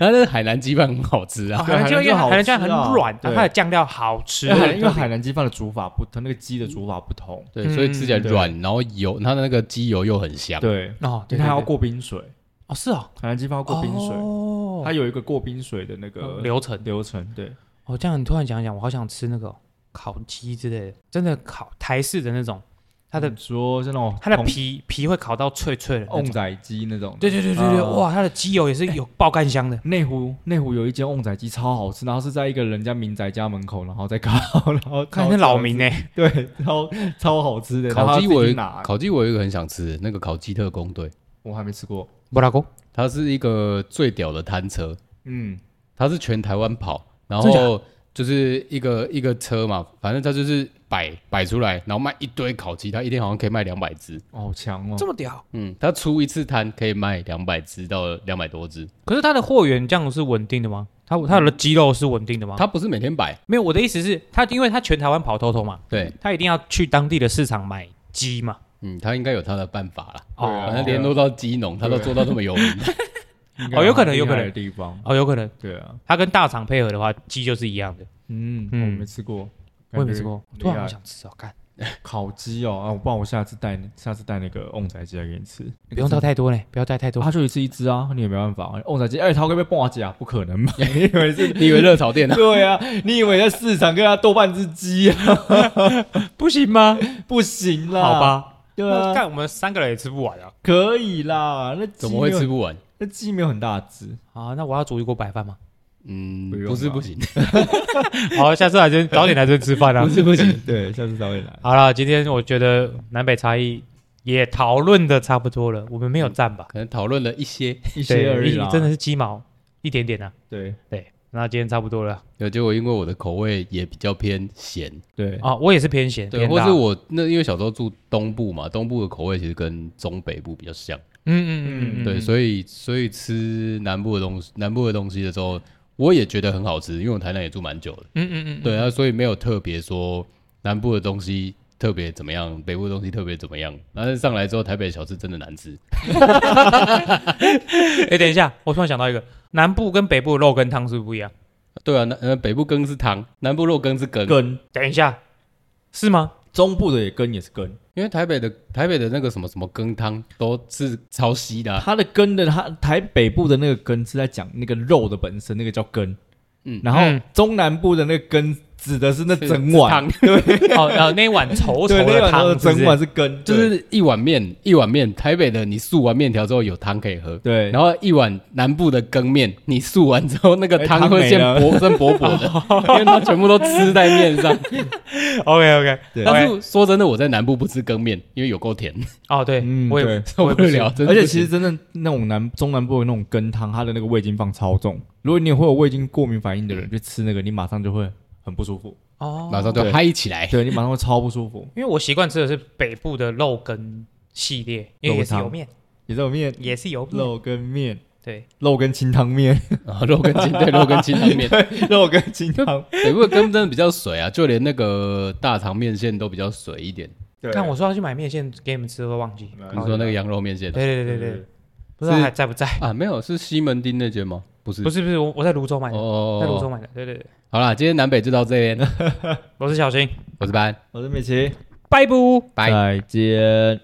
Speaker 1: 然后那海南鸡饭很好吃啊，
Speaker 2: 海南
Speaker 3: 酱因为
Speaker 2: 就好
Speaker 3: 海南酱
Speaker 2: 吃
Speaker 3: 很
Speaker 2: 啊
Speaker 3: 软，然
Speaker 2: 对
Speaker 3: 后它的酱料好吃
Speaker 2: 因为。海因为海南鸡饭的煮法不同，那个鸡的煮法不同，
Speaker 1: 对，所以吃起来
Speaker 2: 嗯对
Speaker 1: 软，然后油，它的那个鸡油又很香。
Speaker 2: 对，
Speaker 3: *laughs* 哦，对，
Speaker 2: 它
Speaker 3: 对
Speaker 2: 要
Speaker 3: 对
Speaker 2: 过冰水，
Speaker 3: 哦，是哦，
Speaker 2: 海南鸡饭要过冰水，
Speaker 3: 哦
Speaker 2: 它有一个过冰水的那个
Speaker 3: 流程。
Speaker 2: 哦流程，对，
Speaker 3: 哦，这样你突然讲一讲，我好想吃那个哦烤鸡之类的，真的烤台式的那种，它的
Speaker 2: 你说是那种
Speaker 3: 它的
Speaker 2: 红
Speaker 3: 皮皮会烤到脆脆的那
Speaker 2: 旺
Speaker 3: 种。
Speaker 2: 仔鸡那种，
Speaker 3: 对对对对对，
Speaker 2: 啊
Speaker 3: 哇，它的鸡
Speaker 2: *laughs*
Speaker 3: 油也是有爆干香的。
Speaker 2: 内湖内湖有一间旺仔鸡超好吃，然后是在一个人家民宅家门口，然后再烤， *laughs* 然后
Speaker 3: 看
Speaker 2: 超
Speaker 3: 那老
Speaker 2: 欸
Speaker 3: 欸民呢，
Speaker 2: 对，超超好吃的。然后
Speaker 1: 烤
Speaker 2: 他
Speaker 1: 鸡
Speaker 2: 自己
Speaker 1: 我有
Speaker 2: 拿，
Speaker 1: 烤鸡我有一个很想吃，那个烤鸡特工队，
Speaker 2: 我还没吃过。
Speaker 3: 布拉公
Speaker 1: 它是一个最屌的摊车，
Speaker 2: 嗯，
Speaker 1: 它是全台湾跑，然
Speaker 3: 真假
Speaker 1: 后就是一个一个车嘛，反正它就是摆摆出来，然后卖一堆烤鸡，它一天好像可以卖两百只。
Speaker 2: 好强哦
Speaker 3: 这！么屌，
Speaker 1: 嗯，它出一次摊可以卖两百只到两百多只，
Speaker 3: 可是它的货源这样是稳定的吗？它它的鸡肉是稳定的吗？
Speaker 1: 它不是每天摆，
Speaker 3: 没有，我的意思是，它因为它全台湾跑透透嘛，
Speaker 1: 对，
Speaker 3: 它一定要去当地的市场买鸡嘛。
Speaker 1: 嗯，它应该有它的办法啦。
Speaker 2: 对
Speaker 3: 哦
Speaker 2: 啊
Speaker 1: 反正联络到鸡农，它都做到这么有
Speaker 3: *laughs*
Speaker 1: 名，
Speaker 2: 应
Speaker 3: 哦
Speaker 2: 该
Speaker 3: 有可能
Speaker 2: 很
Speaker 3: 有可
Speaker 2: 厉害
Speaker 3: 能
Speaker 2: 的地方。
Speaker 3: 哦，有可能
Speaker 2: 对啊，
Speaker 3: 它跟大厂配合的话，鸡就是一样的。
Speaker 2: 嗯，我
Speaker 3: 嗯
Speaker 2: 没吃过，
Speaker 3: 我也没吃过，我
Speaker 2: 感觉
Speaker 3: 突
Speaker 2: 很
Speaker 3: 然
Speaker 2: 厉
Speaker 3: 好
Speaker 2: 害
Speaker 3: 想吃哦，干，
Speaker 2: 烤鸡哦啊！我不然我下次带你，下次带那个旺仔鸡来给你吃。
Speaker 3: 不用倒太多嘞，不要带太多
Speaker 2: 他。就一次一只啊，你也没办法。旺仔鸡，哎，他会不会半啊？不可
Speaker 3: *laughs*
Speaker 2: 能吧？你以为是？
Speaker 1: 你以为热炒店啊？
Speaker 2: 对啊，你以为在市场跟他斗半只鸡啊？
Speaker 3: 不行 *laughs* 吗？
Speaker 2: 不行啦，
Speaker 3: 好，吧，
Speaker 2: 对
Speaker 3: 那
Speaker 2: 啊，
Speaker 3: 干我们三个人也吃不完啊。
Speaker 2: 可以啦。那鸡
Speaker 1: 怎么会
Speaker 2: 没有
Speaker 1: 吃？不完？
Speaker 2: 那鸡没有很大只，
Speaker 3: 啊，那我要煮一锅白饭吗？
Speaker 1: 嗯，
Speaker 2: 不用
Speaker 1: 不是
Speaker 2: 啦
Speaker 1: 不行，
Speaker 3: *laughs* 好，下次来这早点来这吃饭
Speaker 2: *laughs*
Speaker 3: 啊
Speaker 1: 不。是不行。
Speaker 2: 对，下次才会来。
Speaker 3: 好了，今天我觉得南北差异也讨论的差不多了，我们没有站吧？
Speaker 1: 可能讨论了一些，
Speaker 2: 一些而
Speaker 3: 对，
Speaker 2: 已
Speaker 3: 一
Speaker 2: 啦，
Speaker 3: 真的是鸡毛一点点啊。
Speaker 2: 对
Speaker 3: 对，那今天差不多了
Speaker 1: 有结果因为我的口味也比较偏咸，
Speaker 2: 对
Speaker 3: 啊，我也是偏咸，
Speaker 1: 对，
Speaker 3: 偏
Speaker 1: 或
Speaker 3: 辣
Speaker 1: 是我那因为小时候住东部嘛，东部的口味其实跟中北部比较像，
Speaker 3: 嗯嗯嗯嗯，
Speaker 1: 对，所以所以吃南部的东西，南部的东西的时候，我也觉得很好吃，因为我台南也住蛮久的，
Speaker 3: 嗯嗯嗯，
Speaker 1: 对啊，所以没有特别说南部的东西特别怎么样，北部的东西特别怎么样，但是上来之后，台北的小吃真的难吃，
Speaker 3: 哎、等一下，我突然想到一个，南部跟北部的肉羹汤是不是不一样？
Speaker 1: 对啊，南呃北部羹是汤，南部肉羹是羹，
Speaker 2: 根
Speaker 3: 等一下，是吗？
Speaker 2: 中部的也根也是根，
Speaker 1: 因为台北的台北的那个什么什么羹汤都是超稀的啊、
Speaker 2: 它的根的它台北部的那个根是在讲那个肉的本身，那个叫根。
Speaker 1: 嗯
Speaker 2: 然后
Speaker 3: 嗯
Speaker 2: 中南部的那个根指的是那
Speaker 1: 是
Speaker 2: 整碗，
Speaker 3: 哦，
Speaker 2: *laughs*
Speaker 3: 呃，那一碗稠稠
Speaker 2: 对，那
Speaker 3: 的
Speaker 2: 碗
Speaker 3: 汤
Speaker 2: 的
Speaker 3: 是不
Speaker 2: 整
Speaker 3: 是
Speaker 2: 碗是
Speaker 1: *laughs*
Speaker 2: 根，
Speaker 1: 就
Speaker 2: 对
Speaker 1: 是一碗面，一碗面，台北的你素完面条之后有汤可以喝，
Speaker 2: 对，
Speaker 1: 然后一碗南部的羹面，你素完之后那个
Speaker 2: 哎
Speaker 1: 汤
Speaker 2: 汤
Speaker 1: 会
Speaker 2: 没
Speaker 1: 现
Speaker 2: 了
Speaker 1: 薄 *laughs* 剩薄薄的，因
Speaker 2: *laughs*
Speaker 1: 为它全部都吃在面上。
Speaker 3: OK OK，
Speaker 2: 对
Speaker 1: 但是说真的，我在南部不吃羹面，因为有够甜， *laughs*
Speaker 3: 哦对，
Speaker 2: 嗯
Speaker 3: 我也
Speaker 2: 对
Speaker 1: 受
Speaker 3: 我也
Speaker 1: 不
Speaker 3: 不行
Speaker 1: 了。真的
Speaker 2: 而且
Speaker 1: 不
Speaker 2: 其
Speaker 1: 行
Speaker 2: 实真正那种南中南部的那种羹汤，它的那个味精放超重。如果你有会有味精过敏反应的人去吃那个，你马上就会很不
Speaker 1: *laughs*
Speaker 2: 舒服，
Speaker 3: 哦，
Speaker 1: 马上就
Speaker 2: 对
Speaker 1: 嗨起来。 *laughs*
Speaker 2: 对你马上会超不舒服。
Speaker 3: 因为我习惯吃的是北部的肉羹系列，因为也是
Speaker 2: 肉汤
Speaker 3: 油面，
Speaker 2: 你这种
Speaker 1: *laughs*
Speaker 2: 面
Speaker 3: 也是油面，
Speaker 2: 肉跟面，
Speaker 3: 对，
Speaker 2: 肉跟清汤面，
Speaker 1: 啊，肉跟清对 *laughs* 肉跟清汤面，
Speaker 2: *laughs* 肉跟清汤。
Speaker 1: 北部的羹真的比较水啊，就连那个大肠面线都比较水一点。
Speaker 2: 对
Speaker 3: 看我说要去买面线给你们吃，会忘记。
Speaker 1: 你说那个羊肉面线
Speaker 3: 对
Speaker 1: 啊
Speaker 3: 对对对对，不知道还在不在？
Speaker 1: 啊？没有，是西门町那间吗？不是，
Speaker 3: 不
Speaker 1: 是
Speaker 3: 是不是，我我在泸州买的，在泸州
Speaker 1: 哦。
Speaker 3: 买的。对对对，
Speaker 1: 好啦，今天南北就到这边，
Speaker 3: 我是小新，
Speaker 1: 我是班，
Speaker 2: 我是美琪，
Speaker 3: 拜拜。
Speaker 1: 拜。
Speaker 2: 再见。